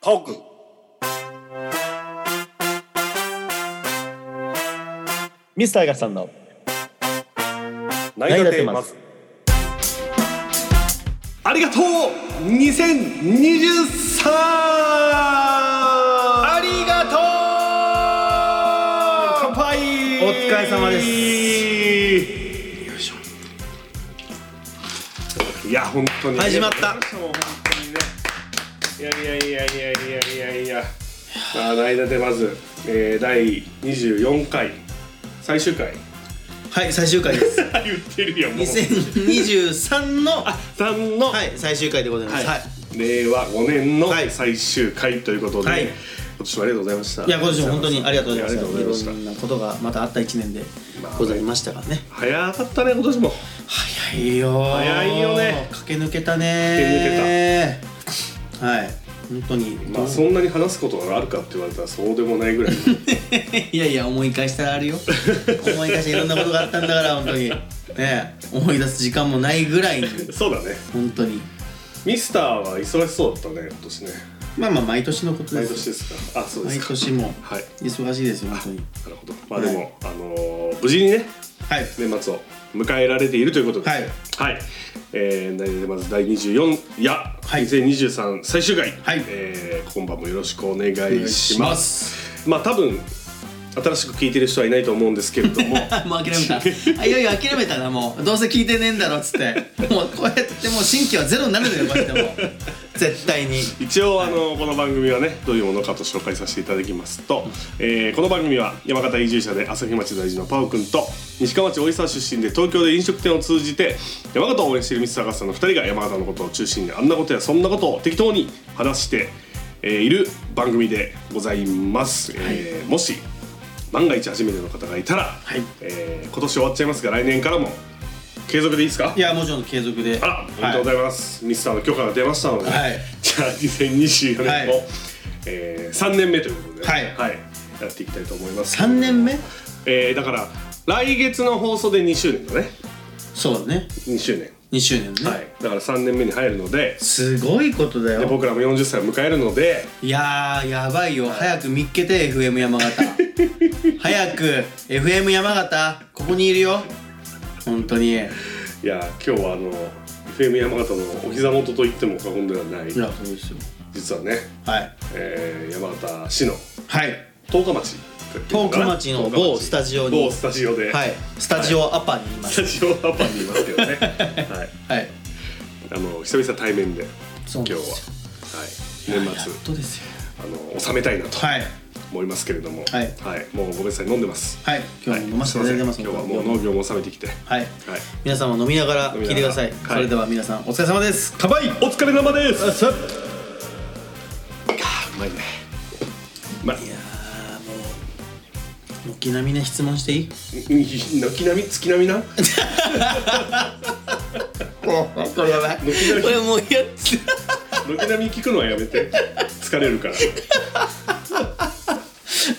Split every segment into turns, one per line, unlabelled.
トーク
ミスターガスさんの
何がテーマですありがとう2023ありがとう乾杯
お疲れ様
ですよいしょいや本当に
始まった
本当にねいやいやいやいやいやいやいやさあ内田でまず、えー、第24回最終 回
はい最終回です
言ってるよもう
2023の
さんの、
はい最終回でございますはい、
令和5年の
はい
最終回ということで、
はい
今年はありがとうございました
い、や今年も本当にありがとうございまし
ありが
た
とうございま
ろ
し
んなことがまたあった一年でございましたからね、
た早かったね今年も
早いよー
早いよね
駆け抜けたね駆け抜けたはい本当に、
まあそんなに話すことがあるかって言われたらそうでもないぐらい
いやいや思い返したらあるよ思い返していろんなことがあったんだから本当にね思い出す時間もないぐらいに
そうだね
本当に
ミスターは忙しそうだったね今年ね
まあまあ毎年のことで
毎
す
年ですかあそうです
毎
か
年も
はい
忙しいですよ本当に
なるほどまあでも、あのー無事にね
はい
年末を迎えられているということで
はい
はい、えー、何でまず第24夜、
はい
2023最終回、
はい
えー今晩もよろしくお願いし
お
ま
願い
す
します
まあ多分新しく聞いてる人はいないと思うんですけれども
もう諦めたあいよいよ諦めたなもうどうせ聞いてねえんだろっつってもうこうやってもう新規はゼロになるのよこうやってもう絶対に
一応あの、この番組はねどういうものかと紹介させていただきますと、えーこの番組は山形移住者で朝日町大事のパオくんと西川町大井沢出身で東京で飲食店を通じて山形を応援しているミスターガスさんの2人が山形のことを中心にあんなことやそんなことを適当に話して、えーいる番組でございます。えーもし万が一初めての方がいたら、
い
えー今年終わっちゃいますが来年からも継続でいいですか
いやもちろん継続で
あら、おめでとうございます。ミスターの許可が出ましたので、
はい
じゃあ2024年も、
はい
えー、3年目ということで、
はい
やっていきたいと思います。
3年目
えー、だから来月の放送で2周年だね。
そうだね
2周年。
2周年ね、
はい。だから3年目に入るので、
すごいことだ
で
よ
僕らも40歳を迎えるので、
いやーやばいよ早く見っけて FM 山 形早く FM 山形ここにいるよ本当にいや
いや今日はあの FM 山形のお膝元と言っても過言ではない。
そうですよ
実はね、
はい
えー、山形市の
はい
十日町。
十日町の某スタジオに
某スタジオで、
はいスタジオアパにいま
ス
す
タジオアパにいますけどね。はい。
はい
あの久々対面で
そ
今
う
日
なん
は、はい、年
ですや
末
っとですよ
あの収めたいなと
はい
思いますけれども、
はい
もうごめんなさい飲んでます。
はい今日も飲ませていただいてます
はい今日はもう農業も収めてきて、は
はい
い、
皆さんも飲みながら聞いてください
飲みながら
それでは皆さんお疲れ様です
乾杯お疲れ様です。あ
さ
うまいね。まあ
いやーもう軒並みね質問していい
軒並み月並みな。
これやばい これもうや
軒
つ
並み聞くのはやめて。疲れるから。
も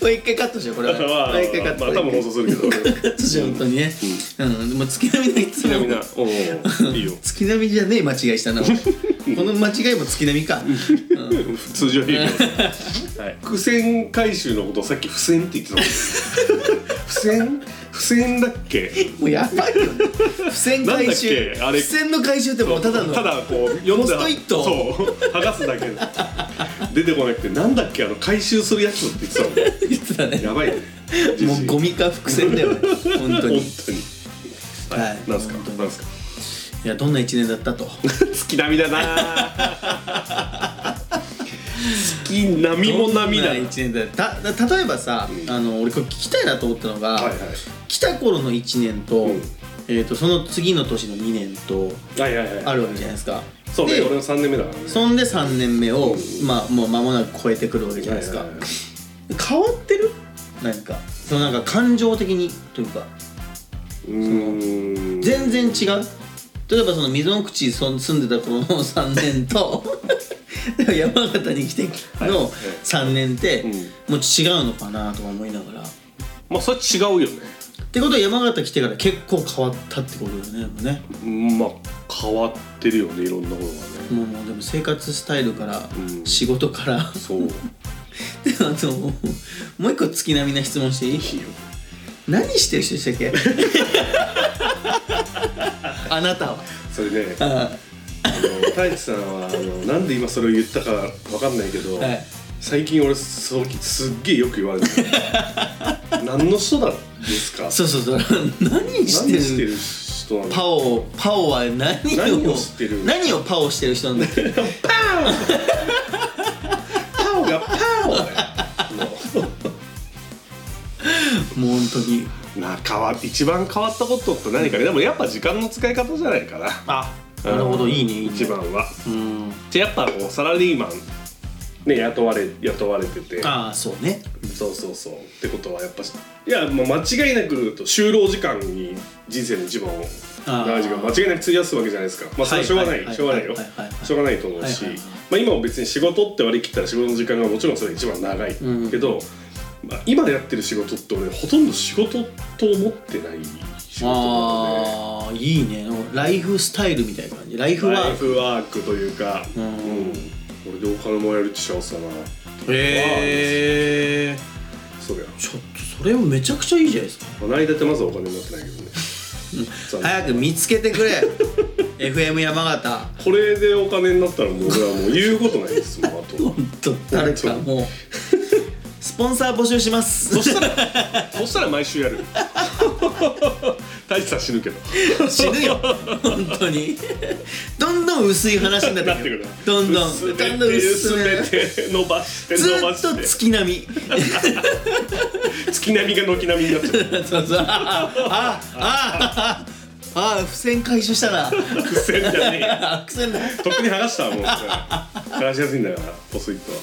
う一回カットしようこれは
まあ、
もう一回カット
まあ多分放送するけど。
カットしよう本当にねうん、もう月並みの質
月並み
問
な。おお。いいよ。
月並みじゃねえ間違いしたな俺この間違いも月並みか
通常営業です、はい、付箋回収のことをさっき付箋って言ってたもん 付箋付箋だっけ
もうやばいよね付箋回収
なんだっけあれ
付箋の回収ってもうただの
ただこう読ん
ポ
で
ストイット
そう剥がすだけで出てこなくてなんだっけあの回収するやつって言ってた
言ってたね
もんやばいね
もうゴ
ミ
ミか伏線だよね本当
本
にい
当に
は
はいい、なんすか
本当に
なんすか
やどんな一年だったと
月並みだな月並みも並みだ
どんな
な
一年だったた例えばさ、
うん
あの俺これ聞きたいなと思ったのが、
はいはい
来た頃の1年と,、
うん
えー、とその次の年の2年と
はいはいはい
あるわけじゃないですか
そうね
で
俺の3年目だからね
そんで3年目を、
うん
まあもう間もなく超えてくるわけじゃないですか、
はいはいはい
変わってる何かそのなんか感情的にというか
うーん
全然違う例えばその溝の口そん住んでた頃の3 年と山形に来ての3年って
うん
もう違うのかなとか思いながら
まあそれ違うよね
ってことは山形来てから結構変わったってことだよねもうね
うんまあ変わってるよねいろんなことがね
もうもうでも生活スタイルから、
うん
仕事から
そういい よ
であともう一個月並みな質問していい何してる人でした っけあなたは
それね
あ
あの太一さんはあのなんで今それを言ったかわかんないけど、
はい
最近俺そうすっげえよく言われる 何の人なんですか
そうそうそう何
何
してる
してる人なの
パオパオは何を
何をしてる
何をパオしてる人 なんだっけ
パオがパオだよも
もう本当に
うな変わ一番変わったことって何かねでもやっぱ時間の使い方じゃないかな
あなるほ
う
ど
ん
いいねいいね
一番は
うん
でやっぱこうサラリーマンね雇われ雇われてて
ああそうね
そうそうそうってことはやっぱしいやもう間違いなく就労時間に人生の一番を
あー
長い時間間違いなく費やすわけじゃないですかまあそれはしょうがな
はいはいい
しょうがないよ
はいはいはい
しょうがないと思うし
はいはいはい
まあ今も別に仕事って割り切ったら仕事の時間がもちろんそれが一番長い
うん
けどまあ今やってる仕事って俺ほとんど仕事と思ってない仕事なので
ああいいねライフスタイルみたいな感じライフ
ラ
は
イフワークというか
う
うんん俺でお金もらえるって幸せだな
へえ
そりゃ
ちょっとそれもめちゃくちゃいいじゃないですか
この間ってまずはお金持ってないけどね残念
早く見つけてく れ FM 山形
これでお金になったらもう俺はもう言うことないですもんあと は
と誰か もうスポンサー募集します
そしたらそしたら毎週や る大地さん死ぬけど
死ぬよ本当にどんどん薄い話にな
な
っ
っててくる
くるどんどん
薄め
ど
て
んどん薄
薄
め
めて伸ばして
ず
伸ば
っと
し
月並み
て月並みが軒並みになっちゃう
そうそうああああああ付箋回収したな
苦戦じゃねえ よ
あ付箋だ
とっくに剥がしたわもう剥がしやすいんだからポスイットは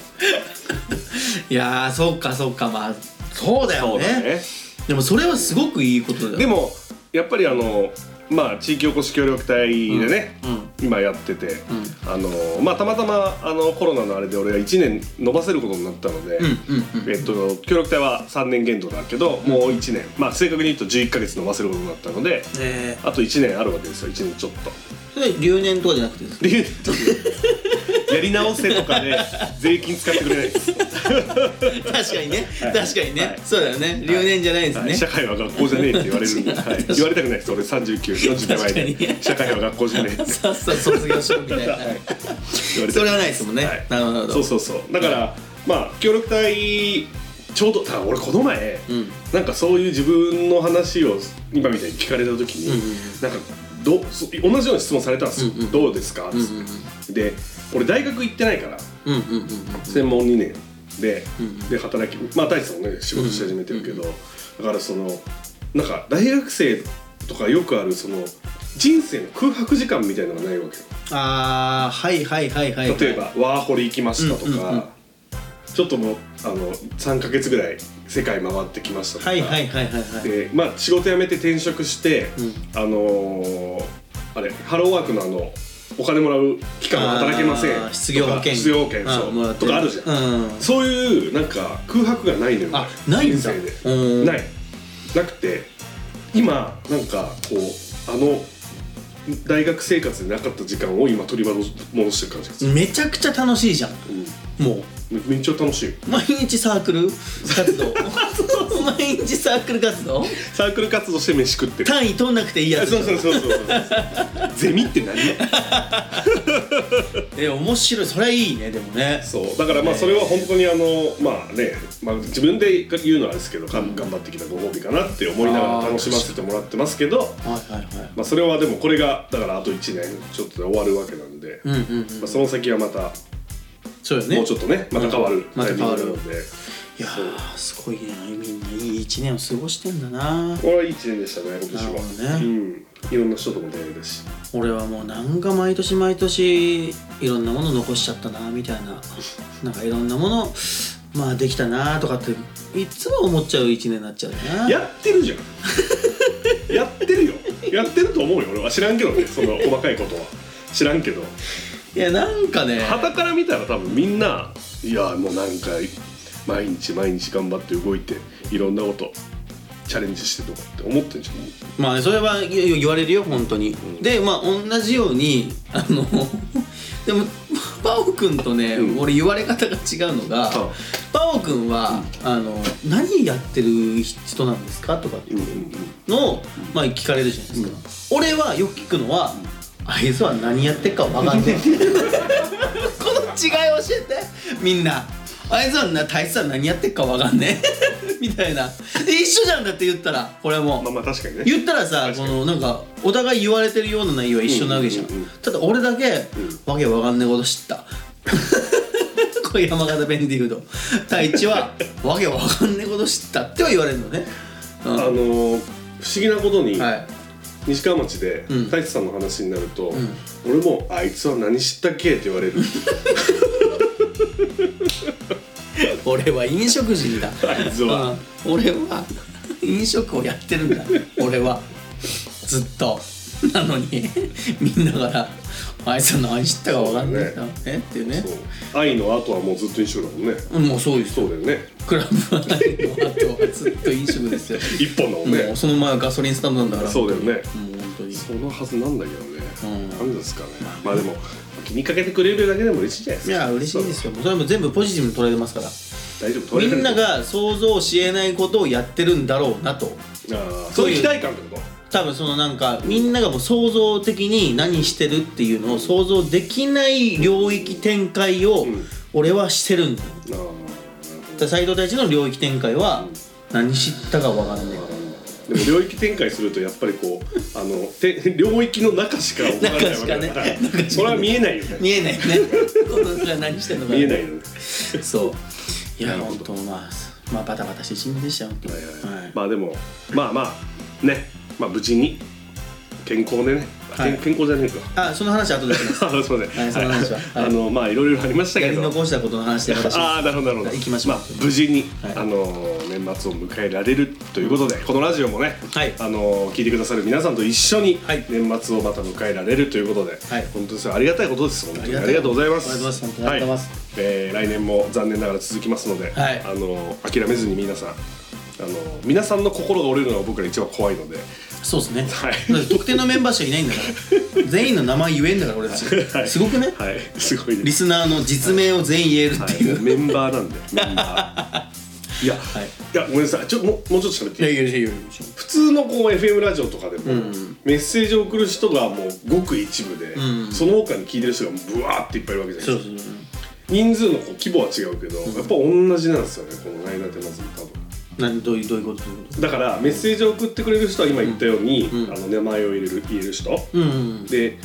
い
やーそうかそうかまあそうだよねでもそれはすごくいいことだよ
でもやっぱりあのまあ地域おこし協力隊でね、
うんうん
今やってて、あのまあたまたまあのコロナのあれで俺は1年延ばせることになったので、
うんうん
えっと、協力隊は3年限度だけどもう1年、まあ正確に言うと11ヶ月延ばせることになったので
え
あと1年あるわけですよ1年ちょっと。
ー、それ留年とかじゃなくてですか
理由とやり直せとか で税金使ってくれないです、
確かにね、
はい
確かにね、
はい
そうだよね留年じゃないですね、
社会は学校じゃねえって言われるんで、はい言われたくないです俺3940手前
確か
で
に
社会は学校じゃねえ って
さっさと卒業しろみたいな、
言われた
そ
く
れ
ない
はないですもんね、
はい
なるほどなるほど
そうそうそうだから、まあ協力隊ちょうどただ俺この前、
ん
なんかそういう自分の話を今みたいに聞かれた時に、
うんうんうん
なんかどうそ同じような質問されたんですよ、
うんうん
どうですか、
うんうんうん
で俺大学行ってないから
うんうんうんうん
専門2年で,、
うん
で働きまあ大地さんもね仕事し始めてるけど、だからそのなんか大学生とかよくあるその人生の空白時間みたいなのがないわけよ
ああはいはいはいはいはい
例えばワーホリ行きましたとか、
うんうんうん
ちょっともうあの3ヶ月ぐらい世界回ってきましたとか、
はいはいはいはいはい
でまあ仕事辞めて転職して、
うん
あのーあれハローワークのあのお金もらう期間は働けませ
あ
ん
ー失業保険
とか失業保険
あ
そ
ーもら
う
って
とかあるじゃん、
うん
そういうなんか空白がないのよ
あないんだ
人生
うん
でないなくて今なんかこうあの大学生活でなかった時間を今取り戻してる感じがする、
めちゃくちゃ楽しいじゃん
うん
もう
めめっちゃ楽しい
毎日サークル活動 毎日サークル活動
サークル活動して飯食ってる
単位取んなくていいや
あ
つ
そうそうそうそうそうゼミって何
え面白いそれはいいねでもね
そうだからまあそれは本当にあのまあね、まあ、自分で言うのはあれですけど、か頑張ってきたご褒美かなって思いながら楽しませてもらってますけど
はいはいはい
まあそれはでもこれがだからあと1年ちょっとで終わるわけなんで、
うんうんうん
まあ、その先はまた
そうよね
もうちょっとねまた変わる
うんまた変わ
タ
る
イミングなので
いやーすごいねみんないい一年を過ごしてんだな
これはいい1年でしたね今年は
なるほどね
うん、いろんな人とも出会えたし
俺はもうなんか毎年毎年いろんなもの残しちゃったなみたいななんかいろんなものまあできたなとかっていつも思っちゃう一年になっちゃうよな
やってるじゃん やってるよやってると思うよ俺は知らんけどねその細かいことは知らんけど
いやなんかね
傍から見たら多分みんないやもうなんか毎日毎日頑張って動いていろんなことチャレンジしてとかって思ってんじゃん
まあねそれは言言われるよ本当に、
ん
でまあ同じようにあの でもパオくんとね、
うん
俺言われ方が違うのが、
あ
パオくんは、あの何やってる人なんですかとかっていうのを、まあ、聞かれるじゃないですか、俺はよく聞くのは、あいつは何やってっか分 かんねえこの違い教えてみんなあいつはな大切は何やってっか分かんねえ みたいなで一緒じゃんだって言ったらこれも、
まあまあ確かにね
言ったらさ
確
こ
かに
のなんかお互い言われてるような内容は一緒なわけじゃん,、
うんうんうん
ただ俺だけ、
ん
わけわかんないこと知った これ山形弁で言うと太一はわけわかんないこと知ったっては言われるのね、う
あ
ん
のー不思議なことに、
はい
西川町で
うん
太一さんの話になると、
ん
俺も「あいつは何知ったっけ?」って言われる
俺は飲食人だ
あいつは
うん俺は飲食をやってるんだ俺はずっとなのにみんなから「あいつは何知ったかわかんないんだ
そう
えっていうね
そう愛の後はもうずっと一緒だもんね
うんもうそうです
そうだよね
クラブはないのあとはずっと飲食ですよ、
一本だもん
も
ね
うその前はガソリンスタンドなんだから
そうだよね
もう本当に
そのはずなんだけどね、
うん
なんですかねまあでも気にかけてくれるだけでも嬉しいじゃない
い
ですか
や嬉しいですよそれも全部ポジティブに捉えてますから
大丈夫取れ
み
る
んなが想像しえないことをやってるんだろうなと
あーそういう期待感ってこと
多分そのなんかみんながもう想像的に何してるっていうのを想像できない領域展開を
うん
俺はしてるんだよ
あ
だ斎藤大地の領域展開は何知ったか分かんないから
ーでも領域展開するとやっぱりこうあのて領域の中しか行われないわけだから
中しかね中しかね
それは見えないよね
見えないね この人が何してんのか
見えないよね
そうい
な
や
るほ
本
ど
当まあまあバタバタして死んでしたよ、
はいはいはいま
ま
あでもまあまあねまあ無事に健康でね、
はい
健健康じゃねえか
あその話後でします
あのすみません、
はいその話ははい
あのまあいろいろありました
や
け
り
ど
残したことの話で私
ああなるほどなるほど
行きましょう
あ、無事に、
はい
あの年末を迎えられるということでこのラジオもね、
はい
あの聞いてくださる皆さんと一緒に
はい
年末をまた迎えられるということで、
はい
本当にそれありがたいことです本当に
あ
あ
り
り
が
が
と
と
う
う
ご
ご
ざ
ざ
い
い
ま
ますす
ありがとうございます
はいえー来年も残念ながら続きますので、
はい
あの諦めずに皆さんあの皆さんの心が折れるのが僕ら一番怖いので、
そうですね、
はい
だって特定のメンバーしかいないん だから全員の名前言えんだから俺たち
はい
すごくね、
はい、すごい
リ
です、
スナーの実名を全員言えるっ
は
ていう、
い、メンバーなんでメンバーいや、
はい
い、やごめんなさいちょもうもうちょっと喋っていい
いやいやいやいや
普通のこう FM ラジオとかでも、
うん
メッセージを送る人がもうごく一部で、
うん
その他に聞いてる人がブワーっていっぱいいるわけじゃない
そう
で
そ
すか
う
人数のこう規模は違うけど、やっぱ同じなんですよねこの間でまず多分
何どういうどういうことどういうこ
だからメッセージを送ってくれる人は今言ったように、
うん
あの名前を入れる言える人、
とうんうん
で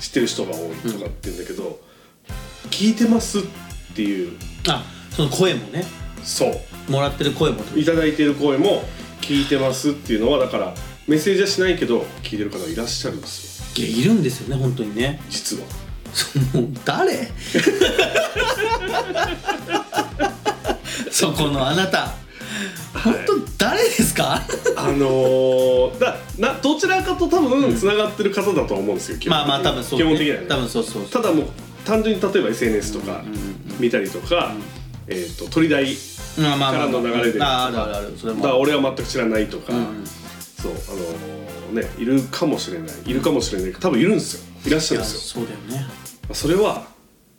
知ってる人が多いとかって言うんだけど、聞いてますっていう
あその声もね
そう
もらってる声もってこと
いただいてる声も聞いてますっていうのはだからメッセージはしないけど聞いてる方がいらっしゃるんですよ
いやいるんですよね本当にね
実は。
その誰そこのあなた本当誰ですか
あのー、だなどちらかと多分つながってる方だとは思うんですよ、基本
まあまあ多分そう、
基
ね、
本的にはね
多分そうそう
ただもう単純に例えば SNS とか
うんうんうん
見たりとか、えー、と鳥台
まあまあまあ
からの流れで
ああるあるあるそれ
だから
も
俺は全く知らないとか、
うん
そうあのーねいるかもしれないいるかもしれない多分いるんですよいらっしゃ
い
る
や
んです
そうだよね
よそれは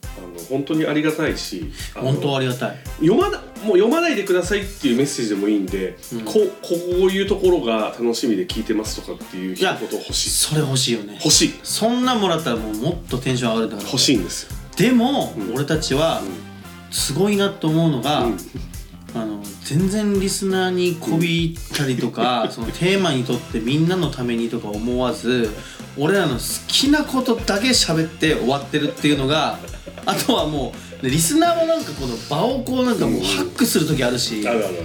あの本当にありがたいしあの
本当ありがたい
読まなもう読まないでくださいっていうメッセージでもいいんで、
うん
こうこういうところが楽しみで聞いてますとかっていう一言欲しい
それ欲しいよね
欲しい
そんなんもらったらもうもっとテンション上がるんだから
欲しいんですよ、
でも、
うん
俺たちはすごいなと思うのが、
うん
あの全然リスナーにこびったりとか、そのテーマにとってみんなのためにとか思わず俺らの好きなことだけ喋って終わってるっていうのがあとはもうリスナーもなんかこの場をこうなんかもうハックする時あるし、
あるあるある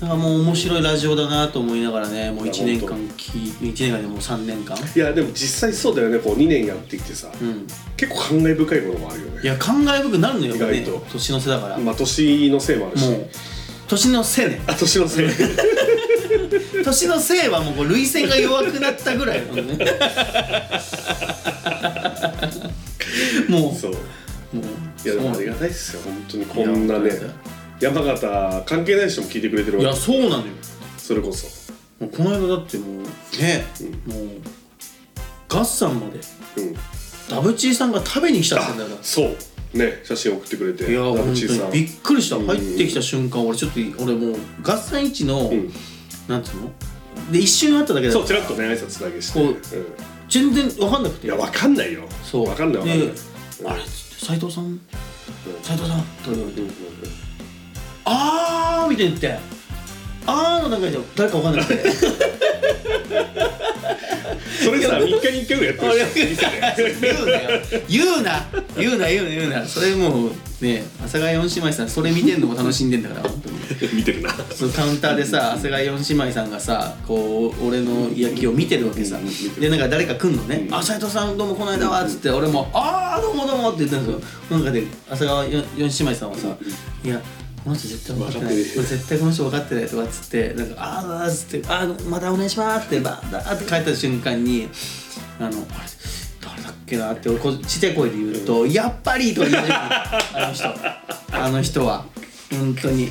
なんかもう面白いラジオだなと思いながらねもう
いや
1年間
本
き1年間でもう3年間
いやでも実際そうだよねこう2年やってきてさ、
うん
結構感慨深いものもあるよ
い
ね
や感慨深くなるのよやっぱね
意外と
年の瀬だから、も
まあ年のせいもあるし
う年の瀬ね
あ年のせい
年のせいはもうこう涙腺が弱くなったぐらいなのねも
そう
うもう
いやでもあ
そう
りがたいですよ本当にこんないね
や本当に
山形関係ない人も聞いてくれてる
い
わ
や
け
そうなのよ
それこそ
もうこの間だってもうね、もうガッサンまで
うん
ダブチーさんが食べに来ちゃったんだから
そうね写真送ってくれて
いや本当
ダブチーさ
に
ん
びっくりした入ってきた瞬間俺ちょっと俺もう合算一の、
ん
なんつうので一瞬会っただけで
そうちらっとね挨拶だけして、
こ
う
う
ん
全然分かんなくて
いやわかんないよ
そう
わかんないわかんない
であれっつって斎藤さん斎藤さんとか言われて
うん
あーみたいに言ってあーの中で 誰か分かんなくて
それさ3日に1回ぐらいやってるでしょ
言うなよ言うな言うな言うな言うなそれもうね阿佐ヶ谷四姉妹さんそれ見てんのも楽しんでんだから本当に。
店で見てるな
そのカウンターでさ阿佐ヶ谷四姉妹さんがさこう俺の焼きを見てるわけさ
うんうん見てる
でなんか誰か来んのね
う
「
ん
あ斉藤さんどうもこの間は」っつって俺も「ああどうもどうも」って言ったんですよなんかで阿佐ヶ谷四姉妹さんはさ「いやこの人絶対分かってない
分かってる
絶対この人分かってない」とかっつって「なんかあーあー」っつって「あーまたお願いします」ってバーッて帰った瞬間にあのあれ誰だっけなって俺こうちっちゃい声で言うと「やっぱり!」とか言うじゃんあの人あの人は本当に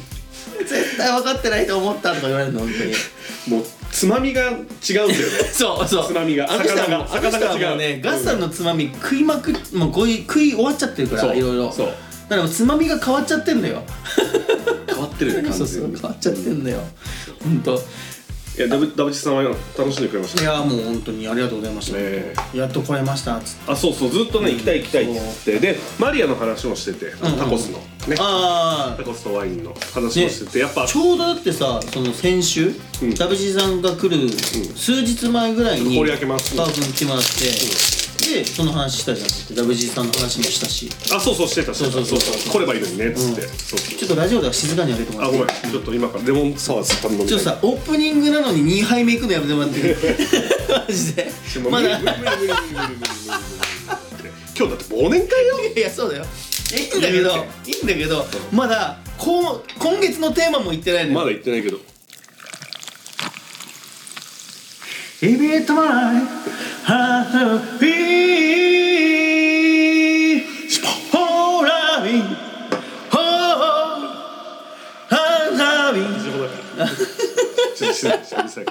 絶対分かってないと思ったとか言われるの本当に
もうつまみが違うんだよね
そうそう
つまみが
あの人は
魚が
もうあの
魚
人
が
はもう
違
ね
う
ガッサンのつまみ食いまくもうこういう食い終わっちゃってるか
そ
ら
う
いろいろ
そう
だからもうつまみが変わっちゃってんだよ
変わってるよね完
そうそ
全
う
に
変わっちゃってんだよ本当
いやダブダブチさんは楽しんでくれました
い
ね
やもう本当にありがとうございました、
え
やっと来れましたっつって
あそうそうずっとね行きたい行きたいって言ってでマリアの話もしてて
んうん
タコスのね
あ
タコスとワインの話もしててやっぱ
あちょうどだってさその先週、
ん
ダブジさんが来る数日前ぐらいに
これ開けます
パー君来てもらって、でその話したじゃんってダブジさんの話もしたし
あそうそうしてたしてた
そうそうそう
来ればいいのにねっつってそうそう
ちょっとラジオでは静かに開けても
あ
らっ
ご
てい
め
い
んちょっと今からレモンサワーずっと飲みたい
ちょっとさオープニングなのに2杯目行くのやめても らっていいマジで
もう
ま
無理
だ
無理無理無理無理無理無理無理無理今日だって忘年会よ
いやいやそうだよいいんだけどいいんだけどまだこう今月のテーマも言ってないのよ
まだ行ってないけど
「リビートマイハートビー
シュポン
ホーラビーホーハービー
地獄だからちょっと静かにしてください」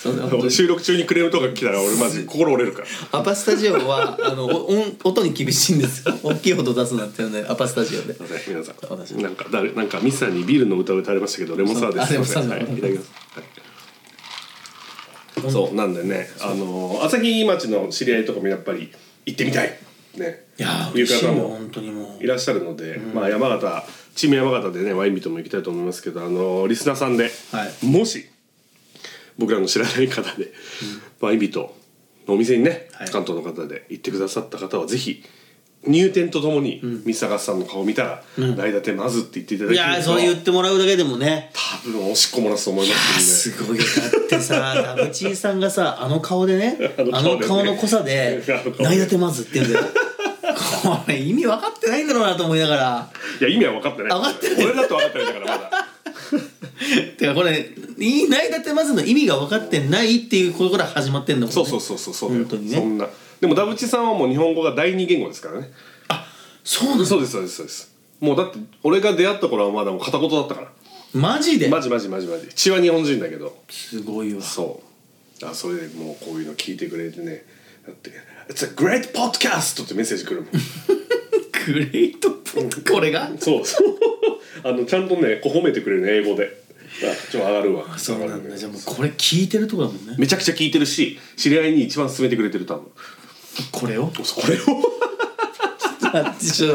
そうだよ
俺収録中にクレームとか来たら俺マジ心折れるから
アパスタジオはあのお音音に厳しいんですよ大きい音出すなっていうのでアパスタジオで
ね皆さ
私
んなんか誰なんかミスさんにビールの歌を歌われましたけどレモンサワーです
そうあレモンサワー
はいいただきますはいそうなんでねあの朝日町の知り合いとかもやっぱり行ってみたいね
いやー
い
嬉
う
しい
方
もん
も
本当にもう
いらっしゃるので、まあ山形チーム山形でねワインビートも行きたいと思いますけどあのリスナーさんで、
はい
もし僕らの知らない方で、ワインビートのお店にね、
はい
関東の方で行ってくださった方はぜひ入店とともに三坂さんの顔見たら「来立てまず」って言っていただ
い
け
やー
ると
それ言ってもらうだけでもね
多分おしっこ漏らすと思いま
あー
すんです
ごいよだってさダブチーさんがさあの顔でね
あの
あ
顔でね
の顔の濃さで
あの顔で
内立てまずって言うんだよこれ意味分かってないんだろうなと思いながら
いや意味は分かってない
分かってない
俺だと分かってないんだからまだ
てかこれい内立てまずの意味が分かってないっていうことから始まってんだもんね
そうそうそうそうそうだよ
本当にね
そんなでもダブチさんはもう日本語が第二言語ですからね
そうなん
そうですそうですそうですもうだって俺が出会った頃はまだもう片言だったから
マジで
マジマジマジマジ血は日本人だけど
すごいわ
そうあそれでもうこういうの聞いてくれてねだって「It's a great podcast」ってメッセージくるもん
グレートポッこれが
そうそうあのちゃんとねこう褒めてくれるね英語であちょっと上がるわ
そうな
上
ん
がる
だ
ね
じゃあもうこれ聞いてるとこだもんね
めちゃくちゃ聞いてるし知り合いに一番勧めてくれてる多分
これを
これを
ちょっと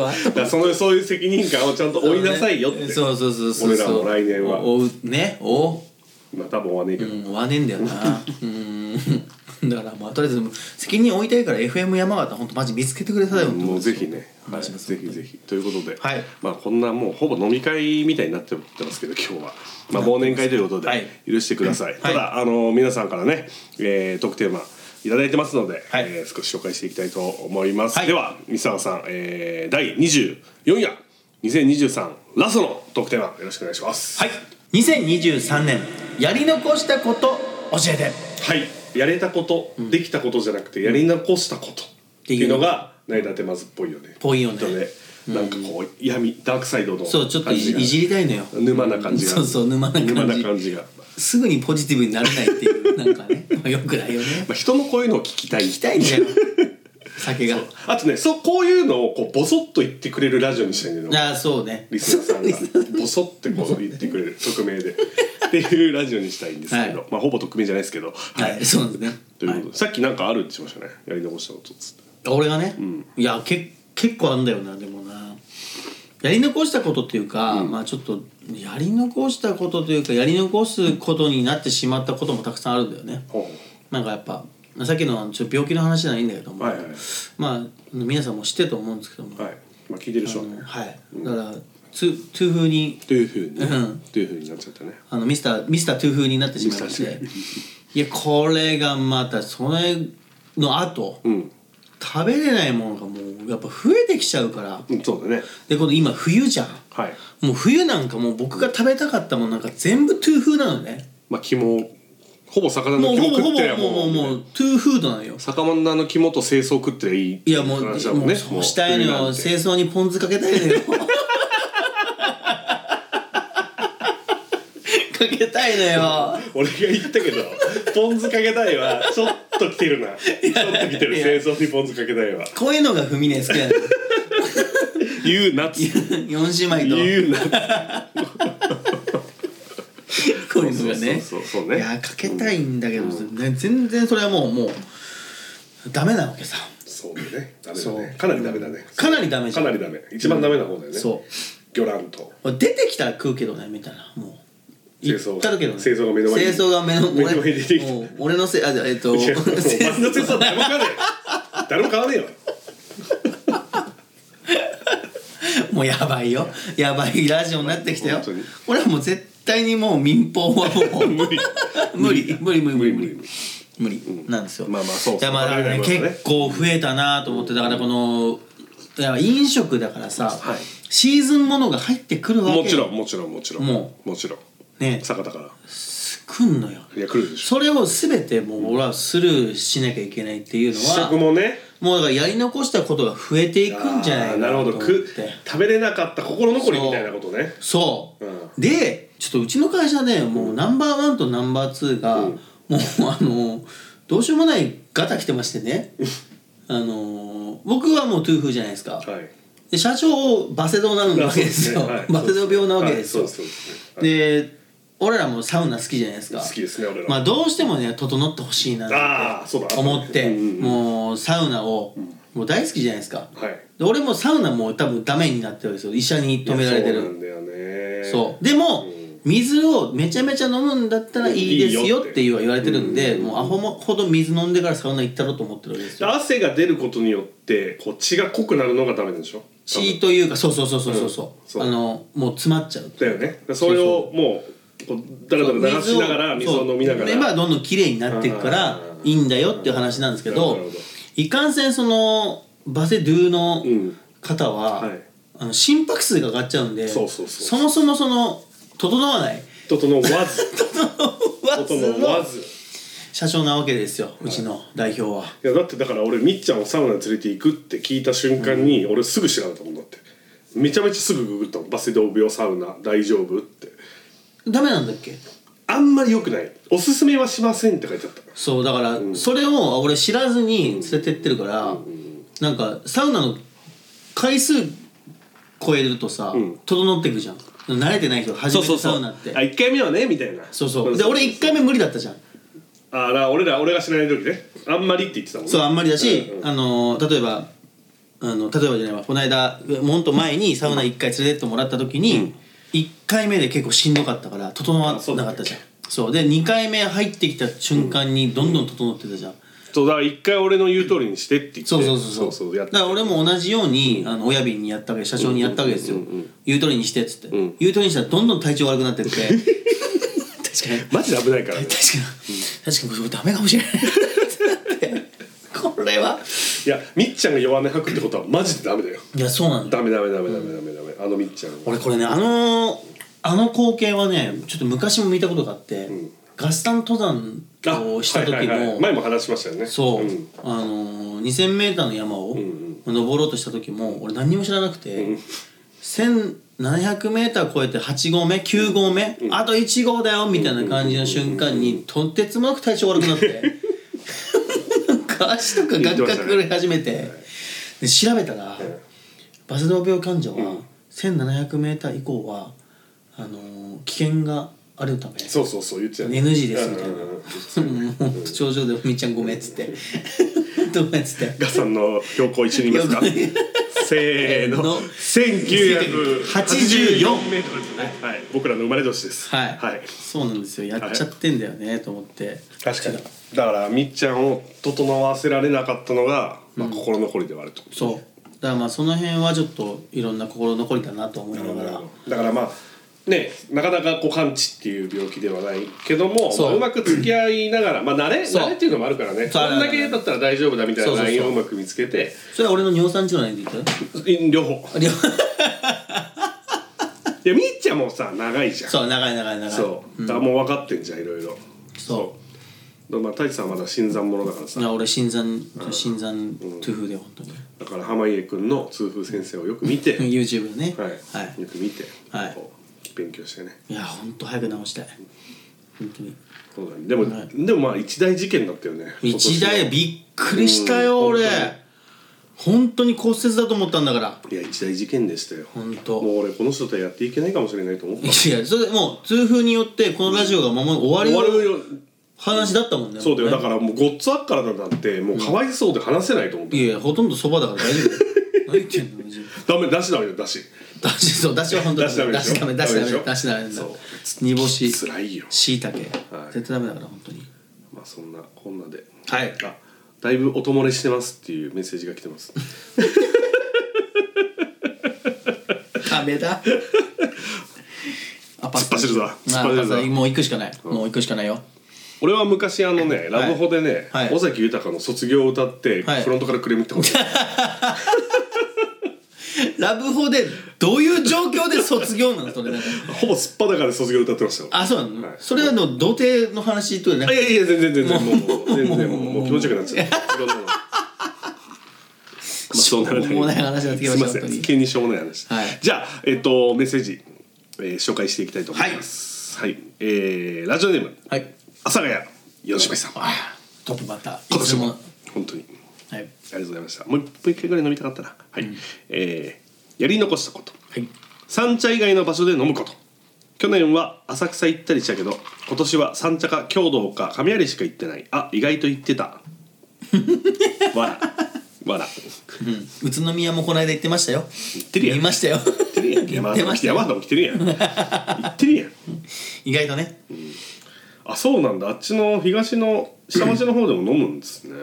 待って
そのそういう責任感をちゃんと負いなさいよって
そうそうそうそう
俺らも来年は
おおうねおう
まあ多分追わねえけ
う
ど、
んわねえんだよなうんだからまあとりあえず責任負いたいから FM 山形本当マジ見つけてくれたよ
もうぜひね、
お願いします
ぜひぜひということで、
はい
まあこんなもうほぼ飲み会みたいになってますけど今日は、まあ忘年会ということ
はい
で許してください。
はい
ただあの皆さんからね、えー、特テーマいただいてますので、
はい
えー少し紹介していきたいと思います。
はい
では三沢さん、えー、第24夜2023ラストの特テーマよろしくお願いします。
はい2023年やり残したこと教えて
はい、やれたこと、できたことじゃなくてやり残したことっていうのが内田てまずっぽいよね。
ぽいよね
きっとねなんかこう闇ダークサイドの感じが
そうちょっといじいじりたいのよ
沼な感じが
そうそう沼な感じ
沼な感じが、ます
ぐにポジティブになれないっていうなんかねよくないよね
あ、人のこういうのを聞きたい
聞きたいんだよ酒が
あとねそうこういうのをこうボソッと言ってくれるラジオにしたいんだよ
ああそうね
リスナーさんがボソってこう言ってくれる匿名でっていうラジオにしたいんですけど、
はい
まあほぼ匿名じゃないですけど
はい、そうなんですね
ということで、さっきなんかあるってしましたねやり残したことっつって
俺がね、いやけ結構あんだよなでもなやり残したことっていうか、まあちょっとやり残したことというかやり残すことになってしまったこともたくさんあるんだよね、
ほ
なんかやっぱさっきのあのちょっと病気の話じゃないんだけども、
はいはい
まあ皆さんも知ってると思うんですけども、
うはいまあ聞いてる人
あ
は
の
ね
はいだから痛痛風に
というふうにね
うん
というふうになっちゃったね
あのミスターミスター痛風になってしまいまし
ミスター
ていやこれがまたそれの後、
うん
食べれないものがもうやっぱ増えてきちゃうから
うんそうだね
でこの今冬じゃん
はい
もう冬なんかもう僕が食べたかったものなんか全部痛風なのね
まあ肝ほぼ魚の
もう
肝
ほ
食
ぼほ
っ
ぼ
てりゃ
もうもうも
もう
う痛風なのよ
魚の肝と清掃食ってりゃいい
いやもう、
って話だ
も
ん
う
ね
そうしたいの
も
よ
う冬
清掃にポン酢かけたいのよかけたいのよ
俺が言ったけどポン酢かけたいはちょっと来てるなちょっと来てる
いや
清掃にポン酢かけたいは
こういうのがフミネ好きなの
言うなっつって
4姉妹
言うなっつって
とこういうのがね
そうそうそうそうね
いやかけたいんだけど、ね全然それはもうもうダメなわけさ
そうだねダメだ
そう
ねかなりダメだね
かなりダメじ
か
ゃん
なりダメ一番ダメな方だよね
そう
魚卵と
俺出てきたら食うけどねみたいなもう
清
言
掃が
ったるけどね
清掃が目の前に
清掃が目の
目の前に出てきた
もう俺のせいあじゃあえっと
いやもうお前の
清掃
清掃誰も買わねえよ誰も買わねえよ
もうやばいよやばいラジオになってきたよ
本当に
俺はもう絶対にもう民放はもう無理無理無理無理無理無理無理なんですよ
まあまあそうそう
いやまあだからね
わかりますね
結構増えたなと思ってだからこのいや飲食だからさ、
はい
シーズンものが入ってくるわけ
もちろんもちろんもちろん
も
もちろん
ね
坂田から
来んのよ
いや来るでしょ
それを全てもう俺はスルーしなきゃいけないっていうの
試食
は
もね
もうだからやり残したことが増えていくんじゃない
あ
か
ー
な
なる
と
ほ
思
どく
って
食べれなかった心残りみたいなことね
そう、
う
でちょっとうちの会社ねもうナンバーワンとナンバーツーが、もうあのどうしようもないガタ来てましてねあの僕はもう痛風じゃないですか、
はい
で社長バセドウなわけですよ、
そうねはい
バセドウ病なわけですよ、
はいそうですね
で俺らもサウナ好きじゃないですか
好きですね俺ら
まあどうしてもね整ってほしいな
あ
っ
ーそう
て
だ
思って
うんうんうん
もうサウナをもう大好きじゃないですか
はい
で俺もサウナも多分ダメになってるんですよ医者に止められて
そうなん
る
だよね
そうでも
うん
水をめちゃめちゃ飲むんだったらいいですよっていうは言われてるんでもうアホもほど水飲んでからサウナ行ったろうと思ってるわけですよ
汗が出ることによってこう血が濃くなるのがダメなんでしょ
血というかそうそうそうそうそうそ
うんそう
うあのもう詰まっちゃう
だよねだからそれをもうこうだらだら流しながら水を飲みながら
そうでまあどんどん綺麗になっていくから
うん
いいんだよっていう話なんですけ
な
ど
るほど
いかんせんそのバセドゥの
うん
方は、
はい
あの心拍数が上がっちゃうんで
そうそうそう
そもそもその整わない
整わ ず
整
整わず
社長なわけですようちの代表は。
いやだってだから俺みっちゃんをサウナに連れて行くって聞いた瞬間に、俺すぐ調べたもんだってめちゃめちゃすぐググったもんバセドウ病サウナ大丈夫って
ダメなんだっけ
あんまり良くないおすすめはしませんって書いてあった
そうだから、それを俺知らずに連れてってるから、なんかサウナの回数超えるとさ、整ってくじゃん慣れてない人初めてサウナって
あ1回目はねみたいな
そうそうで俺1回目無理だったじゃん
あら俺ら俺が知らない時ねあんまりって言ってたもんね
そうあんまりだし、
うんうん
あの例えばあの例えばじゃないわこの間もんと前にサウナ1回連れてってもらった時に、一1回目で結構しんどかったから整わなかったじゃんそうで2回目入ってきた瞬間にどんどん整ってたじゃん、
そうだから一回俺の言う通りにしてって言って
そうそうそ
そ
うそうう
やっ
だ
て
から俺も同じように、あの親瓶にやったわけ社長にやったわけですよ、言う通りにしてっつって、言う通りにしたらどんどん体調悪くな ってって確かに
マジで危ないからね
確かに、確かにこれダメかもしれないこれはい
やみっちゃんが弱音吐くってことはマジでダメだよ
いやそうなんだよ
ダメダメダメダメダメダメあのみっちゃんは
俺これねあのあの光景はねちょっと昔も見たことがあって、合算登山をした時
あはいはいはい
の
前も話しましたよね
そう、
ん
あの 2000m の山を
うん
登ろうとした時も俺何にも知らなくて、1700m 超えて8合目9合目、あと1合だよみたいな感じの瞬間にとてつもなく体調悪くなってなんか足とかガクガク震え始めてで調べたらバセドウ病患者は 1700m 以降はあのー危険があるため
そうそうそう言ってた
NG ですみたいな
うんうんうん
もう本当頂上で「みっちゃんごめん」っつって 「どうも」っつって
ガさんの標高一緒にいます かせーの
の
1984メートルですね、はい、僕らの生まれ年です
はい、
はい、
そうなんですよやっちゃってんだよねと思って
確かにだからみっちゃんを整わせられなかったのが、まあ、心残りではあると、
そうだからまあその辺はちょっといろんな心残りだなと思いながら
だからまあね、なかなかこう完治っていう病気ではないけども
そう
まあうまく付き合いながら、まあ、慣れ
そう
慣れっていうのもあるからねこ
そうあるあ
ん
る
だけだったら大丈夫だみたいなラインを
そううそうそう
まく見つけて
それは俺の尿酸値の何で言った
両方
あり
いやみっちゃんもさ長いじゃん
そう長い長い長い
そう、
ん
だからもう分かってんじゃんいろいろ
そう
だからまあ太一さんはまだ新参者だから
う
さ
いや俺新参新参痛風で本当に
だから濱家君の痛風先生をよく見て
YouTube ね
はい、
はい
よく見て、
はい
こう勉強してね
いや本当早く直したい本当に
そうだねでも、
はい
でもまあ一大事件だったよね
一
今
台
年
びっくりした
う
よ
ん
俺本当に骨折だと思ったんだから
はいや一大事件でしたよ
本当
もう俺この人とはやっていけないかもしれないと思った
いやそれもう痛風によってこのラジオがもう終わり
終わる
の
よ
話だったもんね
そうだよだ
ね
からもうごっつあっからだってもうかわいそうで話せないと思って、
いやいやほとんどそばだから大 丈夫だよ何言ってんのマジで
ダメ出しダメだよ出し
だしそうだしは本当
出
に
しダメで
だ
しょ
しダメだしダメ
ダメでしょ
だしダメだ
そう
煮干し
つらいよ
しいたけ絶
はい
対ダメだから本当に
まあそんなこんなで
はい
あだいぶ音漏れしてますっていうメッセージが来てます
ダメだあ パ
突っ走るぞ
あ
突っ走るぞ
パスもう行くしかないもう行くしかないよ
俺は昔あのねラブホでね
はい
尾崎豊の卒業を歌って
はい
フロントからクレームってことある
ラブホでどういう状況で卒業なのそれだ から
ほぼすっぱだから卒業歌ってましたよ
あそうなの、
はい
それはあの童貞の話とね
あいやいや全然全然もうもう全然もうもう気持ちよくなっちゃったいろんなのまあそんな
しょうもない話になってきました
すいませ
本当
ん
に
急にしょうもない話、
はい
じゃあえっとメッセージ、えー紹介していきたいと思いますはい、えーラジオネーム
はい
阿佐ヶ谷吉部さん今
トップバッターい
年
つ
も
も
本当に
はい
ありがとうございました。もう一杯一回ぐらい飲みたかったな。はい。えーやり残したこと。
はい
三茶以外の場所で飲むこと。去年は浅草行ったりしたけど、今年は三茶か郷土か亀有しか行ってない。あ、意外と行ってた。 わら。わら。
うん、宇都宮もこの間行ってましたよ行って
るやん
見まし たよ
行ってるやん。山
行ってましたよ
山田も来てるやん。行ってるやん。
意外とね
あ、そうなんだ。あっちの東の下町の方でも飲むんですね。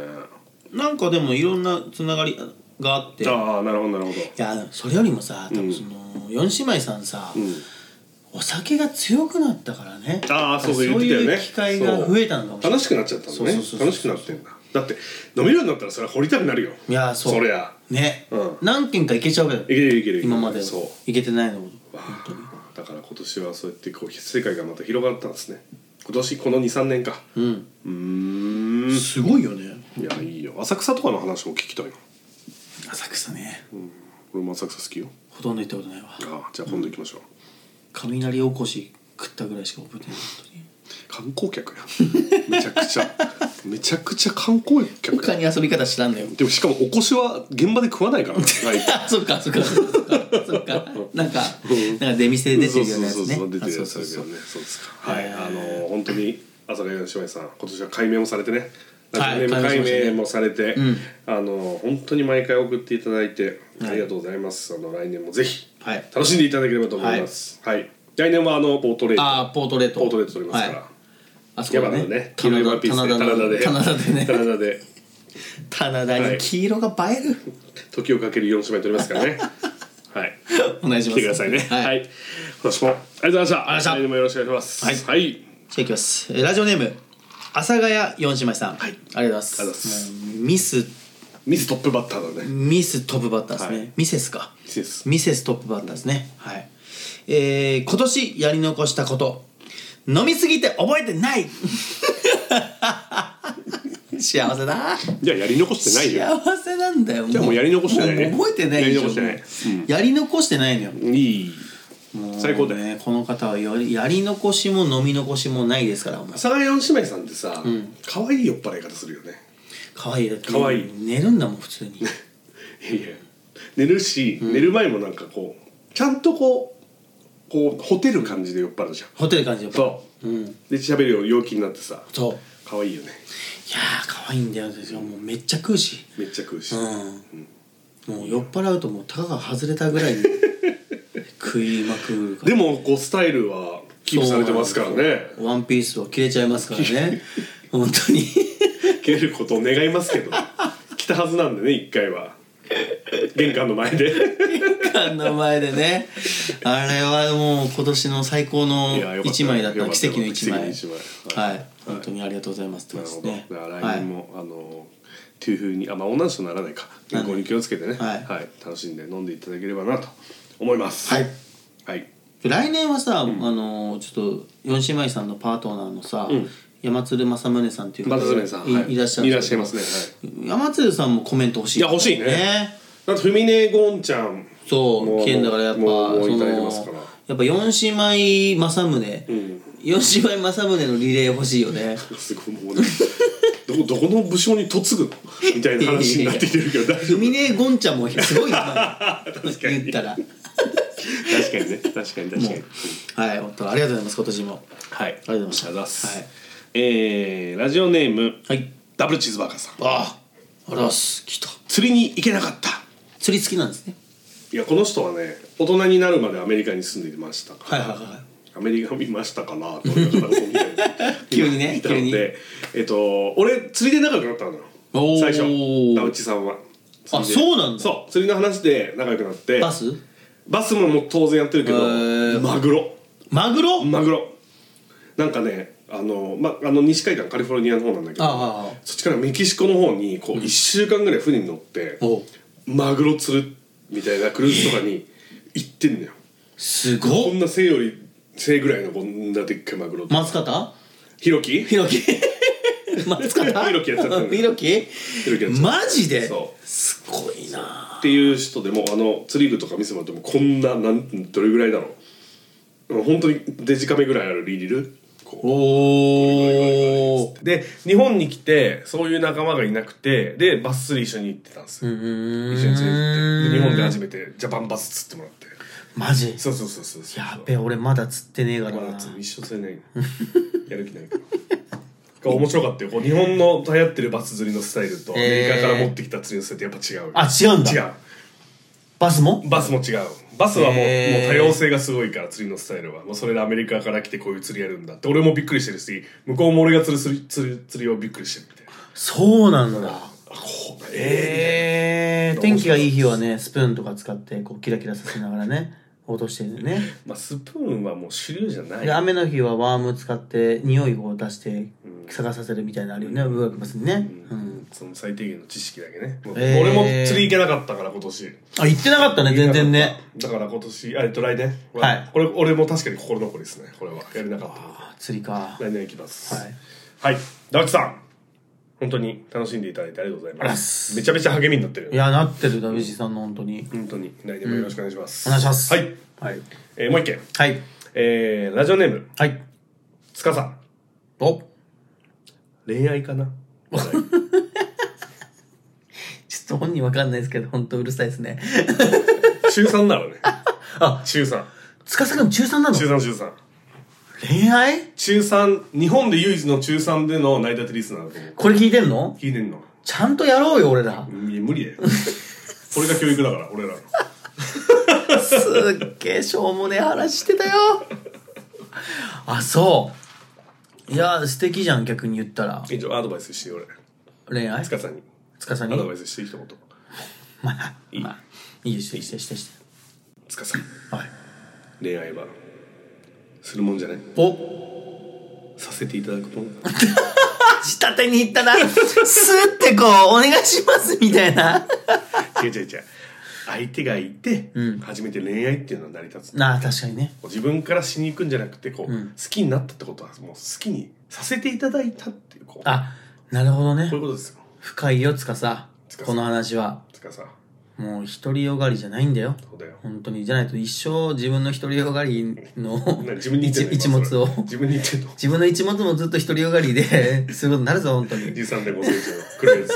なんかでもいろんなつながりがあってい
ああ、なるほど、なるほど。
やそれよりもさ多分その、四姉妹さんさ、お酒が強くなったからね
ああそうそう言ってたよね
そういう機会が増えたのかもしれない
楽しくなっちゃったのね
そうそうそうそう
楽しくなってんだだって飲めるようになったらそれは掘りたくなるよ
いやそう
そりゃ
ね、
うん
何軒か行けちゃうけど
いけるいけるいける
今まで
そう
行けてないのも本当に
だから今年はそうやってこう世界がまた広がったんですね今年この23年か
うん
うーん
すごいよね
いやいいよ浅草とかの話も聞きたいな
浅草ね
俺も浅草好きよ
ほとんど行ったことないわ
ああじゃあ今度行きましょう、
雷おこし食ったぐらいしか覚えてない本当に
観光客やめちゃくちゃめちゃくちゃ観光客
他
や
に遊び方知らんだよ
でもしかもおこしは現場で食わないからねはい
あそっかそっかそっかそっかなんかなんか出店で出てるようなや
そう
つ
そうそ
ね
う出てるや
あ
つ
そ
だけど
うそうそう
ねそうですかはい、
えー
あのー本当に阿佐ヶ谷姉妹さん今年は改名もされてね
はい
ラジオネーム
改名し
改
ましたね
名もされて、
ん
あのー本当に毎回送っていただいて
はい
ありがとうございます、あの来年もぜひ
はい
楽しんでいただければと思いますはい、来年はあのポートレート
あーポートレート
ポートレート撮りますから、
はいあそこ
山
だ
田のね黄色い
棚
ワ
田
ンピース
棚
で
田の棚田
棚田
で
で
ね
棚田で
棚田に黄色が映える
時をかける4姉妹撮ります からねはい
お願いし
来
ます
てくださいねはい、
はい
今年もありがとうございました
ありがとうございました
来年もよろしくお願いします
はい
はい
じゃあいきますえーラジオネーム阿佐ヶ谷四姉妹さん、
はい
ありがとうござ
あり
います
がとうございます
もうミス
ミストップバッターだね。
ミストップバッターですね、
はい
ミセスか
ミセス
ミセストップバッターですねはいえー、今年やり残したこと飲みすぎて覚えてない 幸せだ
じゃあやり残してないよ
幸せなんだよ
じゃあもうやり残してないね
もう覚えてないでし
や
ょ
り残してない
もうやり残してないのよ
いい
もう
最高だよ
ねこの方はやりやり残しも飲み残しもないですからお前
阿佐ヶ谷姉妹さんってさ可愛い酔っ払い方するよね
可愛いだって
可愛い
寝るんだもん普通に
いやいや寝るし寝る前もなんかこうちゃんとこうこうホテる感じで酔っ払うじゃん
ホテル感じやっぱ
そう
うん
で喋るよ陽気になってさ
そうい
可愛いよね
やー可愛いんだよ私はもうめっちゃ食うし
めっちゃ食うし
うんもう酔っ払うともうたかが外れたぐ らいに食いまくるから
でもこうスタイルはキープされてますからね
ワンピースは切れちゃいますからね 本当に
蹴ることを願いますけど来たはずなんでね一回は玄関の前で
あの前でねあれはもう今年の最高の
いやよかった
一枚だった
よかった
奇跡の一
よ
枚
かった奇跡の一枚
は
はい
い、本当にありがとうございますって
な
こ
る
と
ほ
で
ど、
すね
だから
は
来
い
年も、あの痛風にあまあ女の人ならないか健康に気をつけてね
はい
楽しんで飲んでいただければなと思います
はい、
はい、
来年はさ、あのちょっと四姉妹さんのパートナーのさ、山鶴正宗さんっていう
松
が
爪さんはい
いらっしゃる
い
ん
ら
で
っ
す
し
け
ゃい
ど
ますね、はい
山鶴さんもコメント欲しい、
いや欲しいねだってふみねゴンちゃん
そう
もう
来てんだからやっぱ
もうもう
そ
いた
の
だいてますから
やっぱ四姉妹正宗、
ん
四姉妹正宗のリレー欲しいよね
すごいもうね どこどこの武将に嫁ぐのみたいな話になってきてるけ ど大丈
ルミネゴンちゃんもすごいよ
確かに
言ったら
夫確かにね確かに確かにうん
はい本当ありがとうございます今年も
はいありが
とうございました
ありがとうございます、
はい
えーラジオネーム
はい
ダブルチーズバーガーさん
あああらす来た
釣りに行けなかった
釣り好きなんですね
いやこの人はね大人になるまでアメリカに住んでいましたから
はいはいはいはい
アメリカ見ましたかなという方がみたいな
急にね
いたの
急に
でえっと俺釣りで仲良くなったのよ
おー
最初田内さんは
あ
釣りで
そうなんだ
そう釣りの話で仲良くなって
バス
バスももう当然やってるけ
へ
ど
ー
マグロ
マグロ、
マグロなんかねあの,、ま、あの西海岸カリフォルニアの方なんだけど
ああああ
そっちからメキシコの方にこう1週間ぐらい船に乗って、
おう
マグロ釣るみたいなクルーズとかに行ってんのよ
す
こ
ごっ
んな背より背ぐらいのこんなでっかいマグロ
松方
ひろき
ひろ き松方
ひろきやっちゃったんだ
ひろき
ひろきやっちゃった
マジで
そ
すごいな
っていう人でもあの釣り具とか見せてもらってもこんななんどれぐらいだろううん本当にデジカメぐらいあるリリルこう
おお
で日本に来てそういう仲間がいなくてでバス釣り一緒に行ってたんですよ、一緒に釣り行ってで日本で初めてジャパンバス釣ってもらって
マジ
そうそうそうそうそう
やべえ俺まだ釣ってねえから
まだ
な
釣り一緒釣れないやる気ないから面白かったよこう日本の流行ってるバス釣りのスタイルとアメリカから持ってきた釣りのスタイルってやっぱ
あ
違
違うん
う
だ
よ違う
バスも
バスも違うバスはもう,、
へー
もう多様性がすごいから釣りのスタイルはもうそれでアメリカから来てこういう釣りやるんだって俺もびっくりしてるし向こうも俺が釣る釣り釣り釣りをびっくりしてるみたいな
そうなんだ
あこうえ
ええ天気がいい日はねスプーンとか使ってこうキラキラさせなが らね落としてるね
ーまあ、スプーンはもう主流じゃない
で雨の日はワーム使って匂いを出して探させるみたいなのあるよね上学バスにねうん
その最低限の知識だけね、もう
えー
俺も釣り行けなかったから今年
あ行ってなかったね全然ね
だから今年あえっと来年
はい
これ俺も確かに心残りですねこれはやれなかった
あ釣りか
来年行きます
はい
はいダークさん本当に楽しんでいただいてありがとうござい
あら
ますすめちゃめちゃ励みになってるよ
いやなってるダビジさんの本当に
本当に来年もよろしくお願いします、
お願いします
はい、
はい
えーもう一件
はい
えーラジオネーム
はい
つかさ
お
恋愛かな
ちょっと本人わかんないですけど本当うるさいですね
中3なのね
あ
中3
司君中3なの
中3中3
恋愛
中3日本で唯一の中3での内立てリスナーだと思う
これ聞いてんの
聞いてんの
ちゃんとやろうよ俺ら
いや無 理だよこれが教育だから俺らの
すっげえしょうもねえ話してたよあそういや素敵じゃん逆に言ったら
以上アドバイスしてよ俺
恋愛
つかさんに
つかさ
ア
に
ドバイスして一言
まあまあいいよしてしてしてして
つかさん
はい
恋愛はするもんじゃない
お
させていただくもんだ
仕立てに 行ったなスってこうお願いしますみたいな
違う違う違う相手がいて、初めて恋愛っていうのは成り立つ
なあ確かにね
自分からしに行くんじゃなくてこう、好きになったってことはもう好きにさせていただいたっていうこう
あなるほどね
こういうことですよ
深いよつかさ
司
この話は
つかさ
もう独りよがりじゃないんだよ
そうだよ
本当にじゃないと一生自分の独りよがりの
な自分に言ってんの
一一
今
物
それ
を
自分に言ってんの
自分の一物もずっと独りよがりで そういうことになるぞ本当に
13で5センチの黒いやつ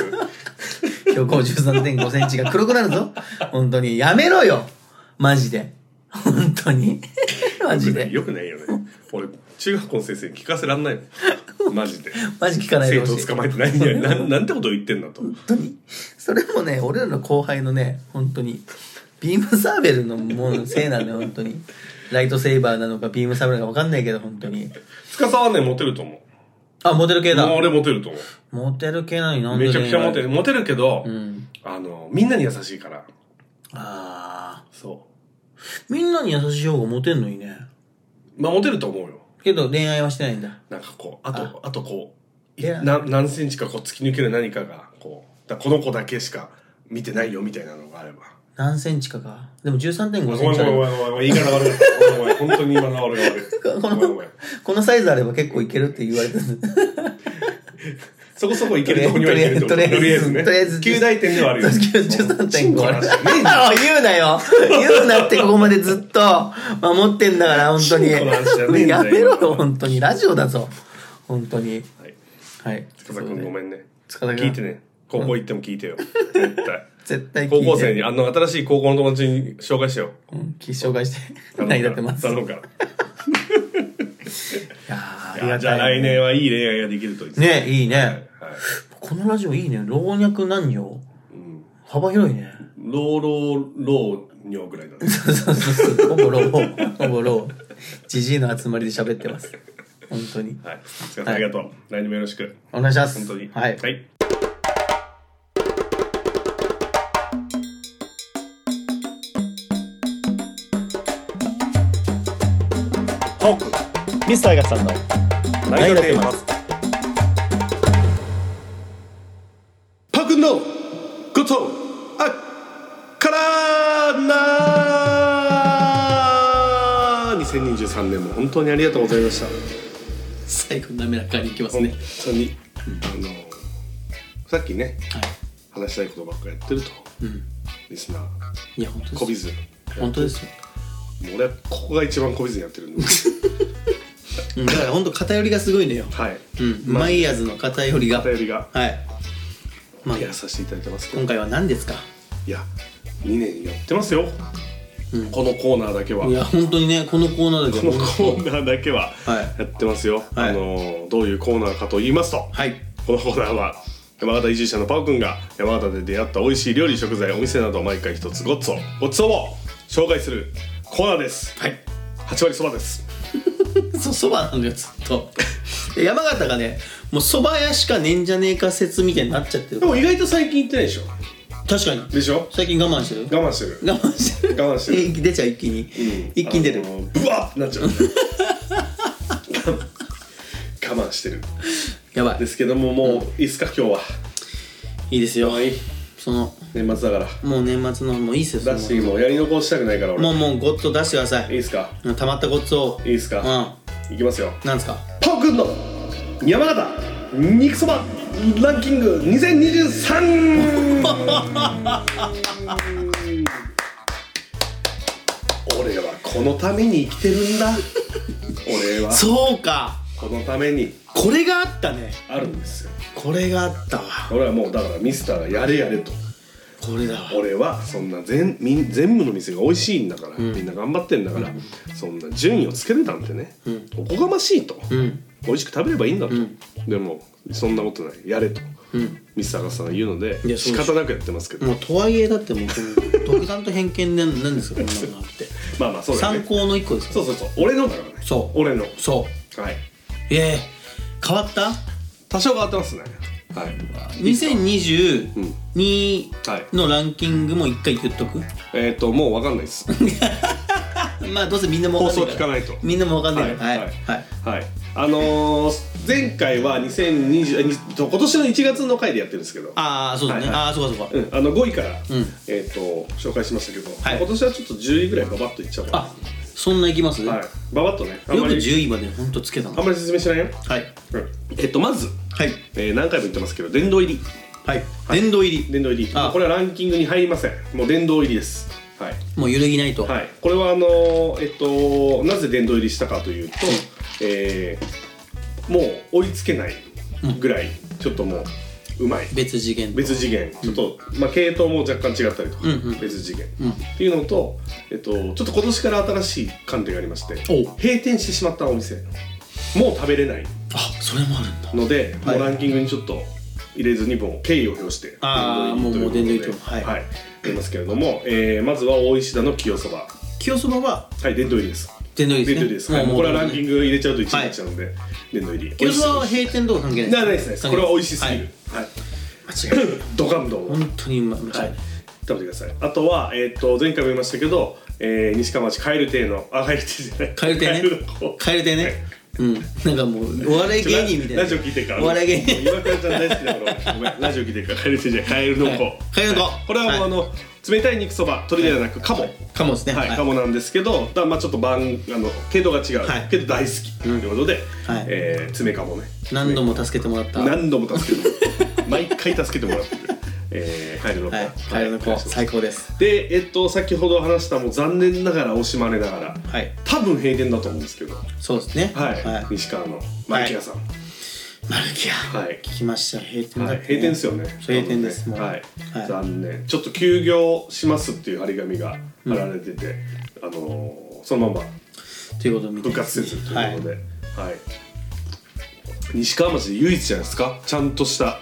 標高13.5センチが黒くなるぞ本当にやめろよマジで本当にマジで
よくないよね俺中学校の先生に聞かせらんないもんマジで
マジ聞かないで
生
ほ
徒を
しい
捕まえて何や なんなんてことを言ってんだと
本当にそれもね俺らの後輩のね本当にビームサーベルのもうせいなんだよ本当にライトセイバーなのかビームサーベルなのか分かんないけど本当に
司はねモテると思う
あモテる系だ
もう俺モテると思
モテる系なのにな
うん
で
めちゃくちゃモテ
る
るモテるけど、
うん
あのみんなに優しいから
あ
そ
ーみんなに優しい方がモテんのにね
うまあモテると思うよ
けど恋愛はしてないんだ
なんかこうあとあとこうい
いや
な何センチかこう突き抜ける何かがこうだこの子だけしか見てないよみたいなのがあれば
何センチかかでも
ごめ
13.5
ん
セ
ごめ
ン
ん
チ
ごめん
ある
ごめん言い方悪いごめんごめん本当に今の俺が悪いごめんごめん
このサイズあれば結構いけるって言われてる
そこそこいけるとこにはいけると
とりあえ
と
ず
りあえずね。
とりあえず
9大点ではあるよ。
13.5ある
チンコの話ね
言うなよ言うなってここまでずっと守ってんだから本当に
チンコの話じゃねえんだよ
やめろよ本当にラジオだぞ本当に
はい。
はい
塚田君ごめんね。
塚田君
聞いてね。高校行っても聞い てよ。絶対。
絶対聞い
高
て
校生に、あの、新しい高校の友達に紹介してよ。
うんき紹介して
頼むから
成り立ってますい
頼むから。
やーあり
いや
が
じゃあ
たい
来
ね
年はいい恋愛ができるといいですね。
ねいい
はい
ね。このラジオいいね老若男女
うん
幅広いね
ローローロー尿ぐらいだね。
そうそうそうほぼローほぼローじじいの集まりで喋ってます本当に
はい。塚田ありがとう。来年もよろしく。
お願いします
本当に。
はい
はい。
パオくんミスターガスさんの
成り立ってい
ま
ます。パクのことあからな2023年も本当にありがとうございました
最後滑らかにいきます
本
ね
当に、あのさっきね
はい
話したいことばっかやってると
うん
リスナー
いや本当です
こびず
本当ですよ、
もう俺はここが一番こびずにやってるんで
うん、だから本当偏りがすごいのよ、
はい、
うん、
ま
マイヤーズの偏りが
偏りが
はいまあ
やらさせていただいてますけど
今回は何ですか
いや2年やってますよ、
うん
このコーナーだけはい
や本当にねこのコーナーで
このコーナーだけは
はい
やってますよ、
はい
あのどういうコーナーかと言いますと、
はい
このコーナーは山形移住者のパオくんが山形で出会った美味しい料理食材お店などを毎回一つごちそうごちそうを紹介するコーナーです
はい
8割そばです
そそばなんだよずっ とで山形がねもうそば屋しかねえんじゃねえか説みたいになっちゃってる
でも意外と最近行ってないでしょ
確かに
でしょ
最近我慢してる
我慢してる
我慢してる
我慢してる
一 気出ちゃう一気に、一気に出る
あのブワッてなっちゃう 我慢してる
やば
ですけどももういいっすか今日はい
いいですよその
年末だから
もう年末のもういいっすよそ
だ
の
しもうやり残したくないから俺
もうもうごっつを出してくださ
いい
い
っすか
たまったごっつを
いいっすか
う
いきますよ
んなんですか
パオくんの山形肉そばランキング 2023! 俺はこのために生きてるんだ俺は
そうか
このために
これがあったね
あるんですよ
これがあったわ
俺はもうだからミスターがやれやれと
これだわ
俺はそんな全みん全部の店が美味しいんだから、みんな頑張ってんだから、そんな順位をつけるなんてね、おこがましいと、
うん
美味しく食べればいいんだと、でもそんなことないやれと、
うん
ミスターガスさんが言うので
いやそう
仕
です
方なくやってますけど、
もうとはいえだってもうこの独断と偏見なんなんですかこんなのがあって
まあまあそうだよね
参考の一個です
そうそうそう俺のだからね
そう
俺のは
そ
い
うええ変わった
多少変わってますねはいうん
2022
はい
のランキングも一回言っとく
えっ、ともう分かんないです
まあどうせみんなも
放
わかん
送
な
聞
いか
からないと
みんなもわかんないか
は
らはいいはい
はい、あのー、前回は2020えにと今年の1月の回でやってるんですけど
ああそうだね
はいはい
ああそうかそうか
うん、あの5位から、
ん
えっ、と紹介しましたけど、
はい
今年はちょっと10位ぐらいババッといっちゃおうかな
あそんな行きます、
はいババッとねあん
よ
ま
く
り
10位までほんとつけたの
あんまり説明しないよ、
はい
うんえっとまず、
はい
えー何回も言ってますけど殿堂入り
はい殿堂入り
殿堂入り
あ
これはランキングに入りませんもう殿堂入りですはい
もう揺るぎないと、
はい、これはあのえっとなぜ殿堂入りしたかというと、えーもう追いつけないぐらいちょっともううまい
別次元と
別次元ちょっと、まあ、系統も若干違ったりとか、
うんうん
別次元、
うん
っていうのと、えっと、ちょっと今年から新しい観点がありまして
おう
閉店してしまったお店もう食べれない
あそれもあるんだ
ので、
はい
もうランキングにちょっと入れずにもう敬意を表して
あー
殿堂入りということで
もうもう殿堂入りとはい
はい、やりますけれども、えーまずは大石田の清そば
清そばは
はい、殿堂入りです。
殿堂入り
殿
です
堂入りです。は
ね
い、もうこれはランキング入れちゃうと一位になっちゃうんで、殿堂入り。
清そばは
美味し
閉店とか関係ない
いなないですね。これは美味しすぎる。はい。
はい、間違いない
ドカンドン。はい。
本当にうまい間違いない、
食べてください。あとはえっと前回も言いましたけど、えー西川町カエル亭のあカエル亭じゃない。
カエル亭ね
亭
カエル亭ねうんなんかもうお笑い芸人みたいな
ラジオ聞いてるから。
お笑い芸人
もう岩倉ちゃん大好きだから。ごめん。ラジオ聞いてるからカエル亭じゃないカエルの子。
はいカエルの子
はいこれはもうあの冷たい肉そば鳥ではなくカモ。
かもですね
はい、かもなんですけど、だまあちょっと番あの系統が違う、
はい
けど大好きということで、
はい
えー爪かもね。
何度も助けてもらった
何度も助けてもらってる毎回助けてもらってる。えー、カエルの子。
はいカエルの子最高です
で、えっと先ほど話したもう残念ながら惜しまれながら、
はい
多分閉店だと思うんですけど、は
そうですね
い、西川のマルキアさん、は
マルキア
い。
聞きました閉店
は
だ
い、閉店ですよね。
閉店ですもう
はい
はい。
残念。ちょっと休業しますっていう張り紙が貼られてて、あのーそのまま
ということみたい
部
です
活施設ということ
は
で、はい西川町で唯一じゃないですかちゃんとした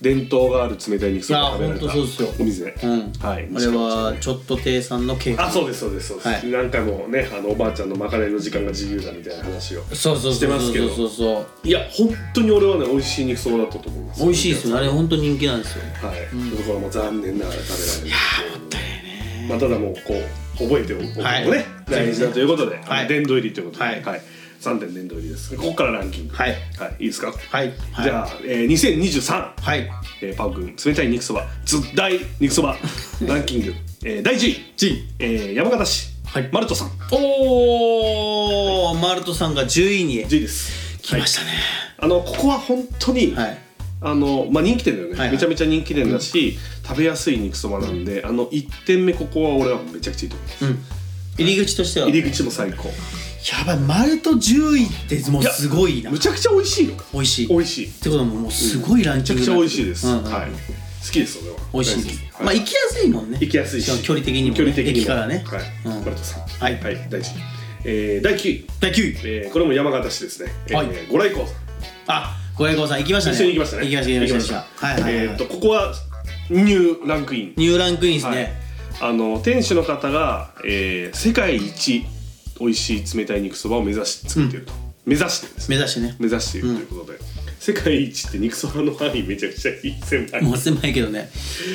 伝統がある冷たい肉そばが食べられ
い
た
やほんとそうです
お
よ
店、
いうん
はい
あれはち
ょっ
ょっと亭さんの経
あ
験
そうですそうですそうです、
はい
何回もねあのおばあちゃんのまかないの時間が自由だみたいな話を
そうそう
し
そ
て
う
ますけ
そう
ど
そうそう
いや本当に俺はね美味しい肉そばだったと思います
美味しいですよねあれ本当人気なんですよ
はい、ところも残念ながら食べられないっていうまあ、ただもうこう覚えておくこともね、
はい
大事だということで、
はい
殿堂入りということで、
はい
3点殿堂入りですここからランキング
はい
はい、いいですか、
はい
じゃあ、えー、2023、
はい
えー、パオくん冷たい肉そばず大肉そばランキング、えー、第10位、えー、山形市、
はい
マルトさん
おおマルトさんが10位に
10位です
来ましたね
はい、あのここは本当に、
はい
あのまあ、人気店だよね、
はいはい
めちゃめちゃ人気店だし、食べやすい肉そばなんで、あの1点目ここは俺はめちゃくちゃいいと思います
うん入り口としては
入り口も最高
やばいマルト10位ってもうすごいな
むちゃくちゃ美味しいよ
美味しい
美味しいめ
ってことはもうすごいラン
ち
チ
ゃ
ン
く
グに
ちゃ
な
美
っ
味し
てる
いです、
うんうん
はい好きです俺は
美味しいです
大好き
まあ行きやすいもんね
行きやすい
しかも
し
距離的にもね
距離的にも
駅からね
はい、
うん
マルトさん
はい
はい、大事えー、第9位、
第9位
えー、これも山形市ですね、えー
はい
ご来光さ
あご栄光さん行きました
ん
ね
一緒に行きましたね
行きました行きました
行きました
行きましたはいはい
え
は
ー、
い
とここはニューランクイン
ニューランクインです
はい
ね
あの店主の方が、えー、世界一美味しい冷たい肉そばを目指し作っていると、目指してるんですね
目指してね
目指しているということで、世界一って肉そばの範囲めちゃくちゃいい狭い
もう狭いけどね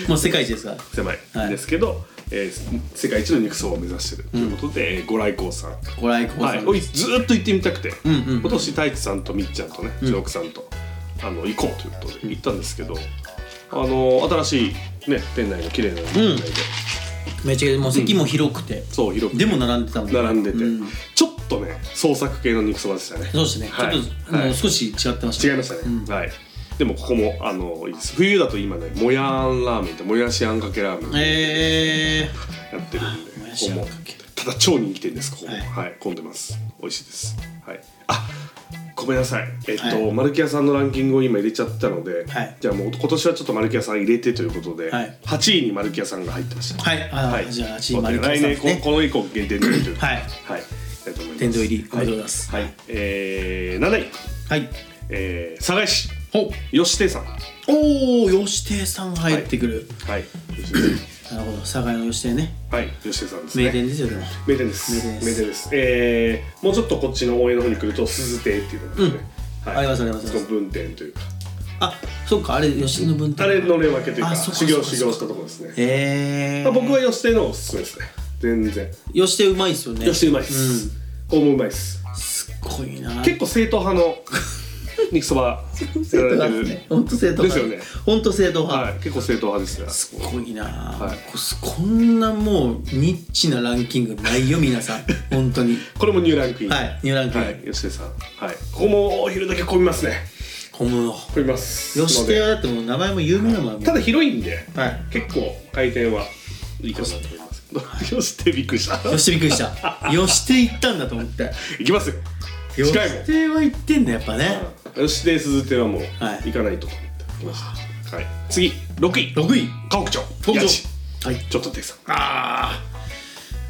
もう世界一ですから
狭い
はい
ですけど、えー世界一の肉そばを目指してるということで、えーご来光さん
ご栄光
は
さ
い、
ん
おいずーっと行ってみたくて、
んうんうん
今年太一さんとみっちゃんとね千代さんと、あの行こうということで行ったんですけど、あの新しいね店内の綺麗な店内で、
めっちゃもう席も広くて
そう広く
でも並んでたもん
並んでて、
うん
ちょっとね創作系の肉そばでしたね
そうですねちょ
は
っ
い
と
は
も
いう
少し違ってました
違いましたね、
うん
はいでもここもあのいいです冬だと今ねもやあんラーメンってもやしあんかけラーメンや
ええ
ってるんで、
もや
こ
し
こ
あ
も
んかけ
ただ超人気店ですここも
は
はいい、混んでます美味しいですはいあごめんなさいえっと、
はい
マルキアさんのランキングを今入れちゃったので、
はい
じゃあもう今年はちょっとマルキアさん入れてということで、
はい
8位にマルキアさんが入ってました
はいあーじゃあチームマルキア
来
さんで
年
す
こ
ね
この以降限定という
はい
はいやりたいと思います
殿堂入りおめでとうございます
はい、えー、7位、
はい
えー、佐賀市
ほ
吉亭さん
おお吉亭さんが入ってくる
はい
なるほど佐賀屋の吉亭ね
はい吉亭さんですね
名店ですよでも
名店です
名店です
ですえー、もうちょっとこっちの応援の方に来ると鈴亭っていうのがね、
んありますあります
その分店というか
あそっかあれ吉野分
あれのれ分けというか
あそうか
修行
そうか
修行したところですね、
ええ
まあ、僕は吉亭の方がおすすめですね全然
吉手うまいっすよね
吉亭うまいです、こうもうまいです
すっごいな
結構正統派の肉そばや
正統
ら
派
れて
です
る
ね。本当正統派。
ですよね。
本当正統
は
派。
い、結構正統派ですね。
すごいな、
はい
ここんなもうニッチなランキングないよ皆さん本当に
これもニューランクイン。
はいニューランキング、
はい、吉手さん。はい。ここもお昼だけ混みますね。
小室
混みます。
吉手はだってもう名前も有名なもん
のでただ広いんで、
はい
結構回転はいいかなと思いますけど。吉手びっくりした。
吉手びっくりした吉手行ったんだと思って
行きますよ。
吉
近いもん
手は行ってんだやっぱね、
吉手鈴手はもう
はい
行かないとと思って来ました。はい。次六位。
六位
家屋長。
東
家
京
賃
はい
ちょっと手さん。
あ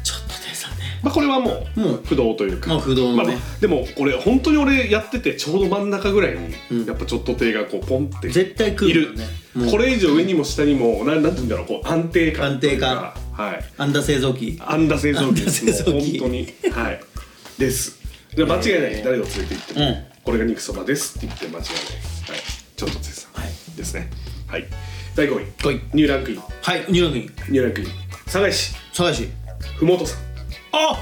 ーちょっと手さんね
まあこれはもう
もう
不動というか。
まあ不動
ま
のね
あまあでもこれ本当に俺やっててちょうど真ん中ぐらいに、
うん
やっぱちょっと手がこうポンって。
絶対来
い
るよ
る、
ねもう
これ以上上にも下にもなんなんて言うんだろうこう安定感というかはい
アンダー製造機
安打製造機です
安打製造
もう
機
本当にはいですで間違いない、
えー
誰を連れて行っても、
うん
これが肉そばですって言って間違いないはいちょっとつさん、
はい
ですねはい第5位
五位
ニューランクイン
はいニューランキング
ニューランクイン佐賀市
佐賀市
ふもとさん
あ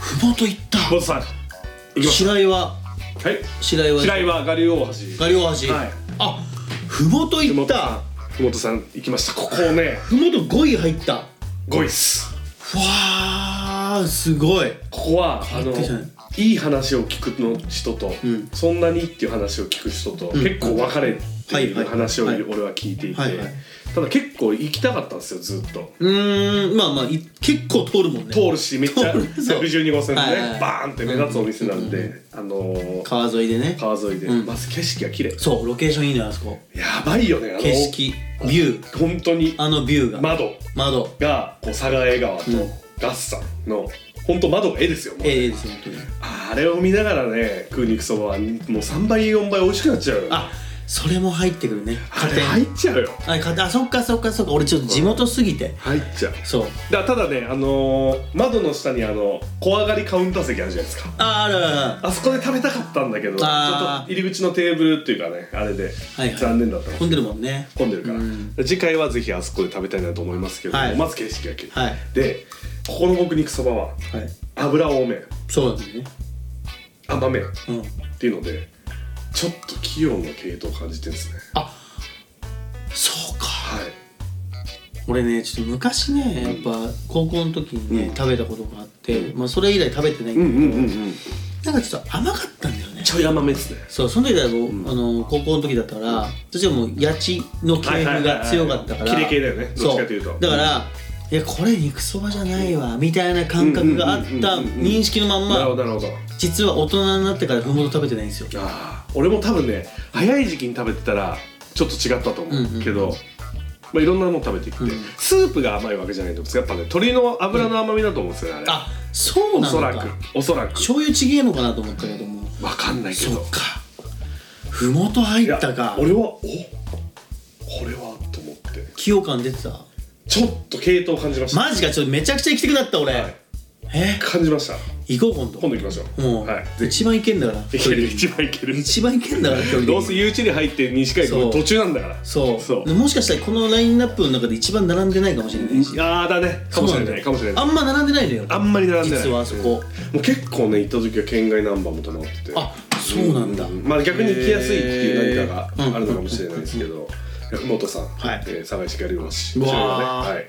ふもと行った
ふもとさん行きます
白井は
はい
白井は
白岩我流大橋
ガリオ橋、
はい
あふもと
ふ
行
も
っ
とさ
た
んふもとさん行きましたここをね
ふもと5位入ったわ
5位っす
あすごい
ここはあの
変わってない
いい話を聞くの人と、
ん
そんなにっていう話を聞く人と、
ん
結構分かれてい
はいはい
る話を
はい
俺は聞いていて、
はいはい
ただ結構行きたかったんですよずっと。
うーんまあまあい結構通るもんね
通るしめっちゃ
通 るそう
112号線でね、
はいはい
バーンって目立つお店なんで、あのー
川沿いでね
川沿いで、
うん
まず景色が綺麗
そうロケーションいいのよあそこ
やばいよねあの
景色ビュー
本当に
あのビューが、
窓
窓
がこう佐賀江川と
うん
合算の本当窓が絵ですよもう
ええですよ本当に
あれを見ながらね食う肉そばはもう3倍4倍美味しくなっちゃうよ
あそれも入ってくるね
あれ入っちゃうよ
あ加点あそっかそっかそっか俺ちょっと地元すぎて
入っちゃう
そう
だただねあのー窓の下にあの小上がりカウンター席あるじゃないですか
ああるあるある
あそこで食べたかったんだけどちょっと
あー
入り口のテーブルっていうかねあれで、
はいはい
残念だった
混んでるもんね
混んでるから、
うん
次回はぜひあそこで食べたいなと思いますけれども、
はい
まず景色が綺麗、
はい
でここの僕肉そばは
はい
油多め
そうなんだね
甘めっ
うん
ていうのでちょっと器用の系統を感じてるんですね
あそうか
はい
俺ねちょっと昔ねやっぱ高校の時にね、
うん
食べたことがあって、まあ、それ以来食べてない
う
んだ
ん
けど、
うんうんうん
なんかちょっと甘かったんだよね
ちょい甘めですね
そうその時だと、
ん
あの高校の時だったから私はもう八千の系譜が強かったから
はいはいはいはいキレ系だよねどっちかというと
だから、いやこれ肉そばじゃないわみたいな感覚があった認識のまん
なるほ
ま
どなるほど
実は大人になってからふもと食べてないんですよ
あー俺も多分ね早い時期に食べてたらちょっと違ったと思
うんうん
うけど、まあ、いろんなもの食べてきて、
うん
スープが甘いわけじゃないと思うんですやっぱね鶏の油の甘みだと思うんですよねあれ、
あそう
お
なの
そ
から
くおそらく
醤油ちげえのかなと思ったけども
わかんないけ
そ
ど
っかふもと入
いや
ったか
俺はおこれはと思って
器用感出てた
ちょっと系統を感じました、
マジかちょっとめちゃくちゃ行きたくなった俺、
はい
え
感じました
行こう今
今
度
度行きましょう
もう、
はいぜひ
一番行けんだから
いける一番いける
一番行けんだから距離的に
どうせ誘致に入って西海
そう
道途中なんだから
そう
そう
でもしかしたらこのラインナップの中で一番並んでないかもしれないし
ああだねかもしれないかもしれない
あんま並んでないのよ
あんまり並んでない
実はあそこ
もう結構ね行った時は県外ナンバーも止まってて
あそうなんだ、
まあ逆に行きやすいっていう何か
へー
があるのかもしれないですけど福本さん、
はい
えー佐賀石狩漁師
う
ね
わー
はい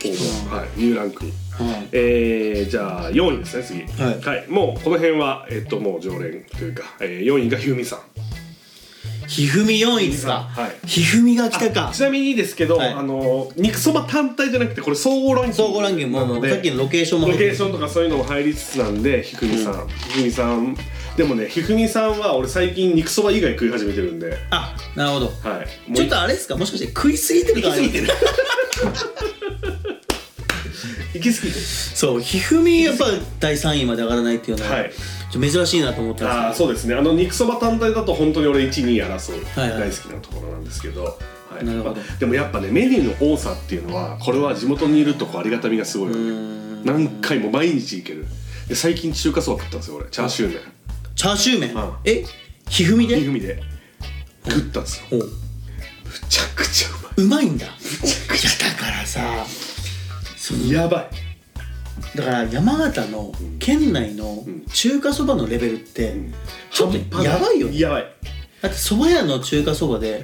こうはいニューランクイン
うん
えー、じゃあ4位ですね次
はい
もうこの辺はえっともう常連というか、えー、4位がひふみさん
ひふみ4位ですか、
はい
ひふみが来たか
ちなみにですけど、
はい
あの肉そば単体じゃなくてこれ総合ランキング
総合ランキングも
なの
もう
で
さっきのロケーションも
ロ
入って
ケ
る
ーションとかそういうのも入りつつなんでひふみさん、ひふみさんでもねひふみさんは俺最近肉そば以外食い始めてるんで
あなるほど
はいもう
ちょっとあれですかもしかして食いすぎてるか
行き過ぎて
る
行き過ぎて
そうひふみやっぱ第3位まで上がらないっていうのは、
はい
ちょっと珍しいなと思ったんですけど
ああそうですねあの肉そば単体だと本当に俺1位2位争う、
はいはい
大好きなところなんですけど、はい
なるほど
まあでもやっぱねメニューの多さっていうのはこれは地元にいるとこありがたみがすごいよね
ん
何回も毎日行けるで最近中華そば食ったんですよ俺チャーシュー麺
チャーシュー麺、
うん
えひふみ
ひ
で
ふみで食ったんですよ
おう
むちゃくちゃうま
うまいんだいやだからさその
いやばい
だから山形の県内の
ん
中華そばのレベルってちょっとやばいよね
やばい
だってそば屋の中華そばで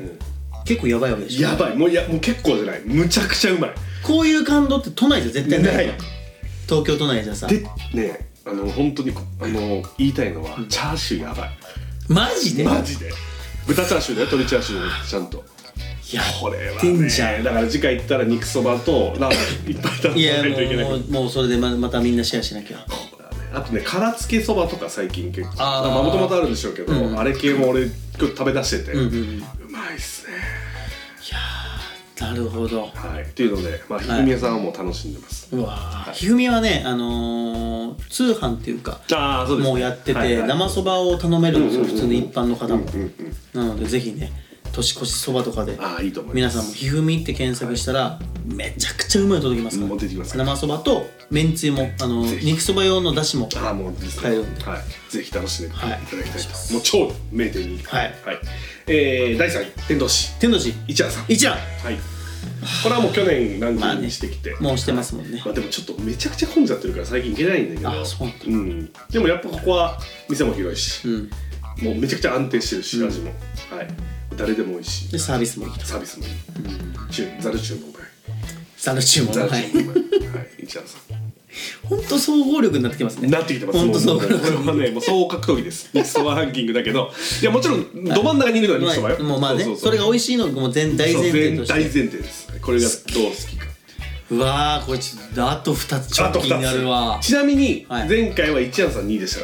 結構やばいわけでしょ
やばいもういやもう結構じゃないむちゃくちゃうまい
こういう感動って都内じゃ絶対ない
ない
東京都内じゃさ
でねあの本当にこあの言いたいのは、チャーシューやばい
マジで
マジで豚チャーシューだよ鶏チャーシューだよちゃんと
いや
これはね
てんじゃん
だから次回行ったら肉そばとラーメンいっぱい食
い
べ
や
ないといけない
もうもうもうそれでままたみんなシェアしなきゃ
そうだねあとね殻付けそばとか最近結構
あー
まあもともとあるんでしょうけど、
うん
あれ系も俺今日食べ出してて、
うんうんうん
まいっすね
なるほど
はいっていうのでまあひふみやさんはもう楽しんでます、
うわーひふみはねあのー通販っていうか
ああそうですね
もうやって
はい
て
はい
生そばを頼めるんですよ普通の一般の方も
うんうん
なのでぜひね年越しそばとかで
ああいいと思いま
皆
す
さんも「ひふみ」って検索したらめちゃくちゃうまいの届きますか
うん
ら
出てきますから
生そばとめんつゆもあの
ぜひ
肉そば用のだしも
ああもうです
は
ね
い
はいぜひ楽しんでいただきたいと、
はい
もう超名店に
はい
はいえー、第3位天童市
天童寺
一蘭さん
一蘭
はいこれはもう去年ランキングにしてきて、
もうしてますもんね
まあ、でもちょっとめちゃくちゃ混んじゃってるから最近行けないんだけど
あそうなんだ
ん、でもやっぱここは店も広いし
う、ん
もうめちゃくちゃ安定してるし、味も、はい、誰でも美味し
で
い
サービスもいいと
サービスもいい、チューザルチューもうまい
ザルチューも
ザルチ
は
ュ
い
ーもうまい、はい、一蘭さん
本当総合力になってきますね
なってきてます
本当
も
総
う
合
これ
力
はねもう総格闘技 です肉そばランキングだけどいやもちろんど真ん中にいるのは肉そばよ、
もうまあね
うう
それが美味しいのがもう全大
そう
前提とし
大前
て
提ですこれがどう好きか
うわーこれちょっとあと2つ
あ
超
と
気になるわ
2つちなみに
はい
前回は一蘭さん2位でし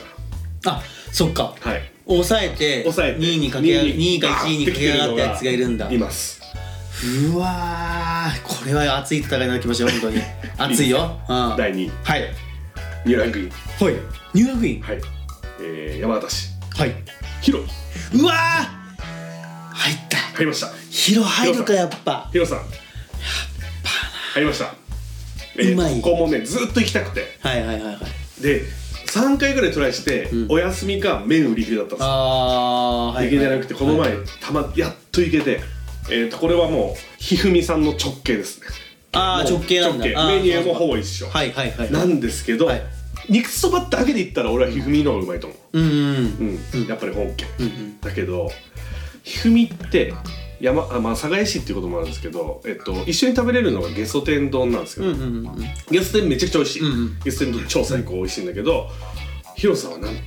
たか
あそっから
はい
抑えて
抑えて
2位にかけ
二
2位か1位に駆け上がったやつがいるんだ
います
うわーこれは熱い戦いになってきましたよ本 当に熱いよ、うん、
第2位
はい
ニューランクイン
はい入学院
はい、えー、山形市
はい
広
うわー入った
入りました
ヒロ入るかやっぱ
ヒロさん入りましたえー
うまい
ここもねずっと行きたくて
はいはいはいはい
で3回ぐらいトライして、
うん
お休みか麺売り切れだったんです
あーはい
行けてなくてこの前、たまやっと行けてえー、とこれはもうひふみさんの直系ですね
あー
もう
直系なんだ
直
あ
メニュー
そ
も
うか
ほぼ一緒、
はいはいはい
なんですけど、
はい
肉そばだけで言ったら俺はひふみの方がうまいと思う
うんうん
うん、
うん
やっぱり本家、
うんうん
だけどひふみって山あまあ佐賀江市っていうこともあるんですけど、えっと、一緒に食べれるのがゲソ天丼なんですけ
う
ど、
んうんうん
ゲソ天めちゃくちゃ美味しい、
うんうん
ゲソ天丼超最高美味しいんだけど広さはなんと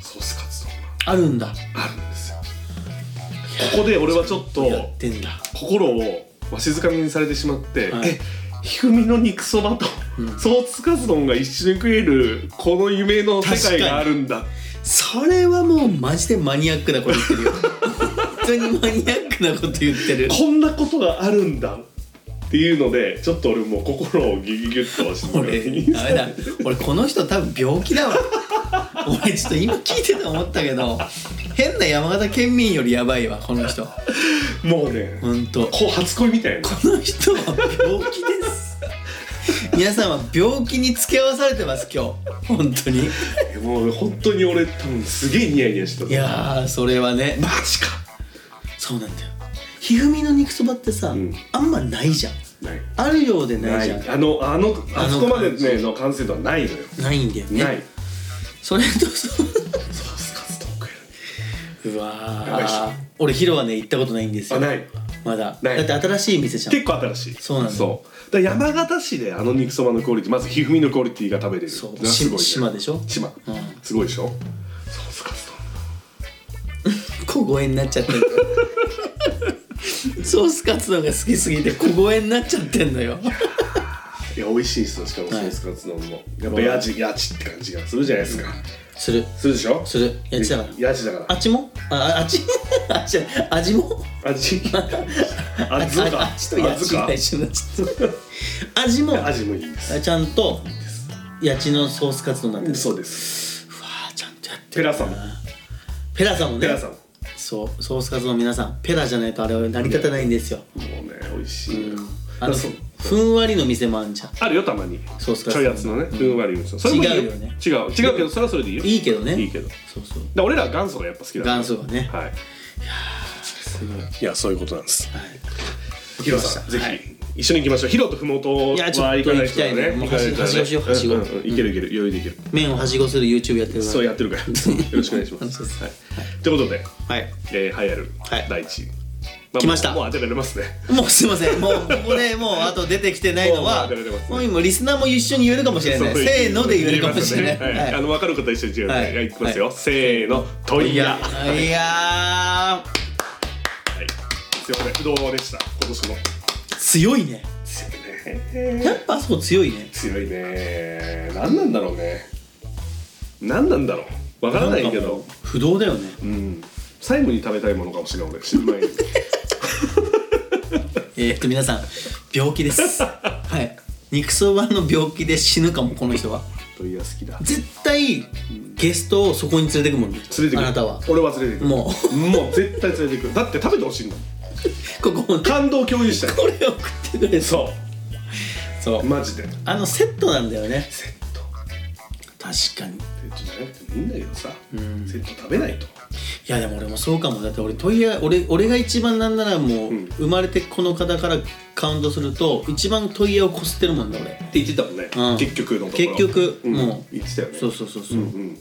ソースカツ丼
あるんだ
があるんですよここで俺はちょっと
やってんだ
心をわしづかみにされてしまって、
はい
えひふみの肉そばと、ソースカツ丼が一緒に食えるこの夢の世界があるんだ
それはもうマジでマニアックなこと言ってる よ本当にマニアックなこと言ってる
こんなことがあるんだっていうのでちょっと俺もう心をギュギュギュッとして
俺ダメだ俺この人多分病気だわ俺ちょっと今聞いてて思ったけど変な山形県民よりやばいわこの人
もうね、
ほんと
こう初恋みたいな
この人は病気です皆さんは病気に付き合わされてます今日本当に
もう本当に俺多分すげえニヤニヤしてた
いやーそれはね
マジか
そうなんだよひふみの肉そばってさ、
ん
あんまないじゃん
ない
あるようでない
な
じゃん
いあのあの
あの
あそこまでねの完成度はないのよ
ないんだよね
ない
それと
ソ
そう
ースカツ丼食
うわ
やばいっし
ー俺ヒロはね行ったことないんです
えるあ
よ
ない
まだ
ない
だって新しい店じゃん
結構新しい
そうなんだ
そうだから山形市であの肉そばのクオリティまずひふみのクオリティが食べれる
そう
のがすごいね
し島でしょ
島、
うん
すごいでしょソースカツ丼
小声になっちゃっ てるソースカツ丼が好きすぎて小声になっちゃってんのよ
いや美味しいですよしかもソ
はい
ースカツ丼も、やっぱヤジヤチって感じがするじゃないですか、
する
するでしょ
するやつだから
ヤチだから
あっちもあああっち あっちあ味も
味
あ
味
ああ
か
っちとやち
味か
が一緒になっちゃった味も
味もいいんです
ちゃんとやちのソースカツ丼なんてう
そうです
わーちゃんとやって
ペラさんも
ペラさんもね
ペラさんも
そうソースカツの皆さんペラじゃないとあれは成り立たないんですよ、
もうね美味しいよ
あの
そう
ふんわりの店もあんじゃん
あるよたまに
ソースカツ
ちょ
丼
いやつのねふんわりのそれもいい
違うよね
違う違うけどそれはそれでいいよ
いいけどね
いいけど
そうそう
だ俺らは元祖がやっぱ好きだから
元祖がね
はい
すごいはい
いやそういうことなんですヒロさんぜ
はい
ひ一緒に行きましょう。ヒロとふもとはい
や
行
ちょ
か
っ
な
と
いですよ
行きたい
ね。
ねもう
行かない人はね
はしごしようはしご
うんうんうんいけるいける。余裕でいける。
麺をはしごする YouTube やってるから
そうやって るから。よろしくお願いしま
そ
す。
うそ
はい。ということで、
はい
えー、流行る
はい
第一位。まあ
来ました
もうもう当てられますね。
もうすいま せんもうここでもうあと出てきてないの
も
は
うもう出てますね
もう今リスナーも一緒に言えるかもしれな い
そう
せーので言えるかもしれ
言えますね
な
はいい。
は
あの分かる方一緒に違う
は
ね。
い
はい。いきますよ。せーの。問
いい
屋。は
や
い。
いや
すいません。どうでした。今年も。
ー強いねやっぱそう強いね
強いね何なんだろうね何なんだろうわからないけ
んかも
ど
う不動だよね
うん最後に食べたいものかもしれない俺死ぬ前に
えーっと皆さん病気で すはい肉相場の病気で死ぬかもこの人は
鳥が好きだ
絶対ゲストをそこに連れてくもんね
連れてく
あなたは
俺は連れてく
もう
もう絶対連れてくだって食べてほしいんだもん
ここもこ
感動共有したい
れを食ってくれそう
そ
そうう
マジで
あのセットなんだよね
セット
確かにい
セットじゃなくてもいいんだけどさセット食べないと
やでも俺もそうかもだって俺問い合い俺俺が一番なんならもう、
うん
生まれてこの方からカウントすると一番問い合いをこすってるもんだ俺
って言ってたもんね
うん
結局のところ
結局
ん
もう
言ってたよね
そうそうそうそう、
うんうん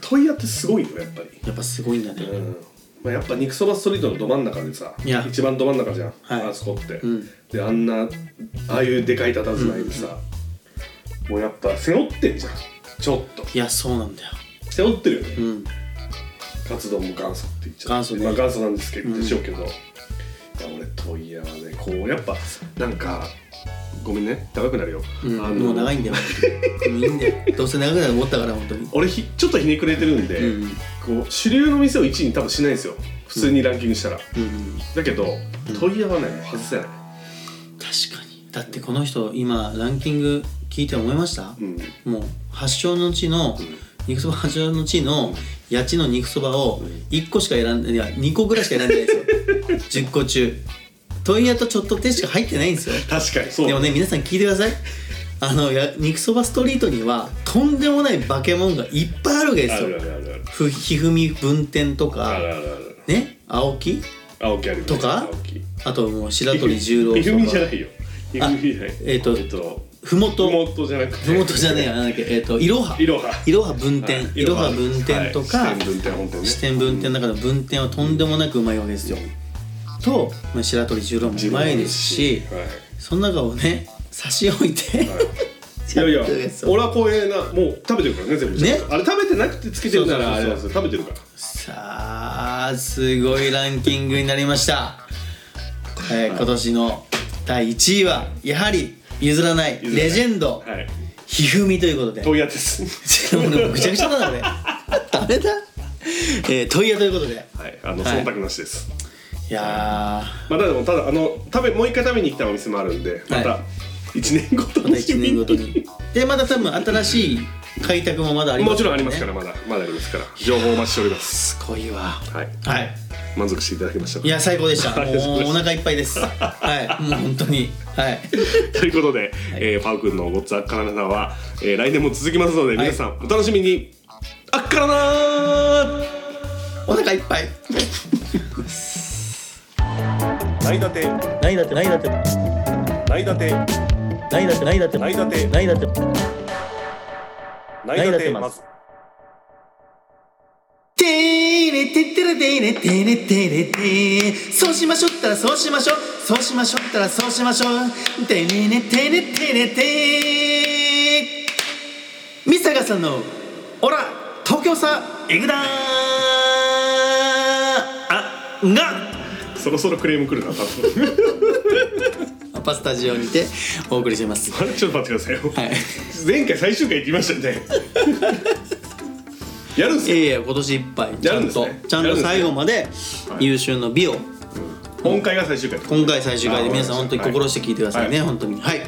問屋ってすごいよやっぱり
やっぱすごいんだね、
うんまあ、やっぱ肉そばストリートのど真ん中でさ
いや
一番ど真ん中じゃん、
はい
あそこって、
うん
であんなああいうでかい佇まいでさ、もうやっぱ背負ってんじゃんちょっと
いやそうなんだよ
背負ってるよね、
うん
カツ丼も元祖って言っちゃって
元祖ね
まあ、元祖なんですけど、でしょうけどいや俺問屋はねこうやっぱなんかごめんね長くなるよ、
うん
あの
もう長いんだよもういいんだよどうせ長くなると思ったから本当に
俺ひちょっとひねくれてるんで、
うん
こう主流の店を1位に多分しないんですよ普通にランキングしたら、
うん
だけど問屋はねもう外せない、
確かにだってこの人今ランキング聞いて思いました、
うん
もう発祥の地の、肉そば発祥の地の八千の肉そばを1個しか選んでいや2個ぐらいしか選んでないんですよ 10個中問屋とちょっと手しか入ってないんですよ
確かにそう
でもね皆さん聞いてくださいあのや肉そばストリートにはとんでもない化け物がいっぱいあるわけで
あ
す
る
よ
あるあるある
ふひふみ分店と
あ
か
るあるある
ね青木
青木あるよね
とか
青木
あともう白鳥十郎
ひふみじゃ
と
な
か
いよひ
あ
ふみじゃない
えっと
えっと
ふも
ふ
と
もとじゃなくて
ふもとじゃねえやなんだっけえっ、といろはい
ろはい
ろは分店いろは分店とか、
はい支店分店本店ね
支店分店の中の分店はとんでもなくうまいわけですよ、とまあ白鳥十郎もうまいですし
はい
その中をね差し置いて、
いやいや
そう
俺は光栄なもう食べてるからね全部
ね
あれ食べてなくてつけてるならあ
そ
れ
うそう
なん
そう
ですよ食べてるから
さあすごいランキングになりました、えー今年の第1位はやはり譲らない
譲らない
レジェンド、
はい
ひふみということで
問屋です
ちょっと もうぐちゃぐちゃ だな俺ダメだえー、問屋ということで
はいあの
は
忖
い
度なしです
いや
まあただでもただあの食べもう一回食べに来たお店もあるんでま
は
た一年ごと
ーまた1年ごと にでまた多分新しい開拓もまだあります
もちろんありますからまだまだありますから情報お待ちしております
すごいわ
はい
はい
満足していただきましたか
いや最高で した
ありがとうござい
もう
ま
お
す
腹いっぱいですはいもう本当にはい
ということで、えーパウ君のごっつあっからななは、えー来年も続きますので、皆さんお楽しみにあっからなー
お腹いっぱい
ないだて、ないだて、ないだて、ないだて、ないだて、ないだて、ないだて、ないだて、ないだてます。
てーれてってれてーれてーれてーれてーそうしましょったらそうしましょそうしましょったらそうしましょてねねてねてねてーミサガさんの「オラ東京さエグダーあが
そろそろクレーム来るな多分」
パスタジオにてお送りしています。は
あれちょっと待ってくださいよ、
い
前回最終回行きましたね やるんす
い
よ
やいや今年いっぱいち
や
ゃんと
るんですね
ちゃんと最後まで優秀の美を
今回が最終回
今回最終回で
あ
皆さん
わ
本
か
当
り
に
ました
心して聞いてくださいね、
は
本当にはい、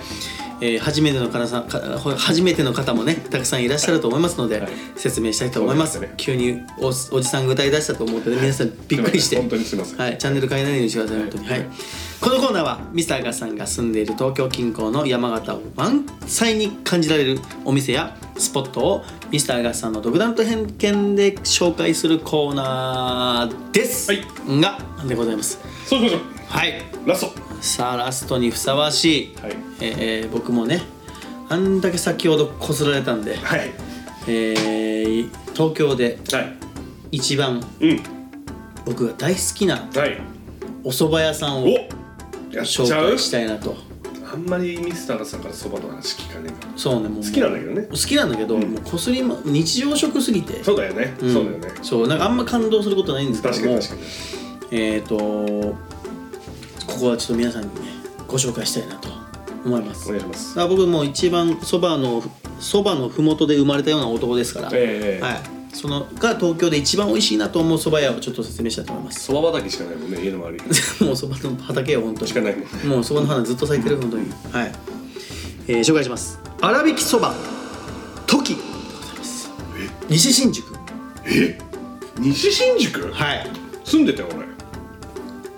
えー初めての方さんか初めての方もねたくさんいらっしゃると思いますので、
はい
説明したいと思います
そうですね
急におおじさん歌い出したと思うので皆さんびっくりして
本当にすいません
はい、チャンネル変えないようにしてください本当にはい、このコーナーはミスターガさんが住んでいる東京近郊の山形を満載に感じられるお店やスポットをミスターガさんの独断と偏見で紹介するコーナーです、
はい
がでございます
そうしましょ
はいう
ラスト
さあラストにふさわしい、
はい
えー僕もねあんだけ先ほどこすられたんで、
はい
えー東京で
はい
一番
うん
僕が大好きな
はい
お蕎麦屋さんを
おやっち
紹
ゃう
介したいなと
あんまりミスターさんからそばの話聞かねえから
そうねもう
好きなんだけどね
好きなんだけど、もうこすりま日常食すぎて
そうだよね、
ん
そうだよね
そうなんかあんま感動することないんですけ
確
ど
か
も
に確かに
えっ、とここはちょっと皆さんにねご紹介したいなと思います
お願いします
だから僕もう一番そばのそばの麓で生まれたような男ですから、
ええ
はい、そのが東京で一番美味しいなと思う蕎麦屋をちょっと説明したいと思います
そば畑しかないもんね家の周り
もう蕎麦の畑よ本当に
しかないもんね
もうそこの花ずっと咲いてる本当にはい、えー紹介します粗挽きそば時でございます西新宿
え西新宿
はい
住んでたよ俺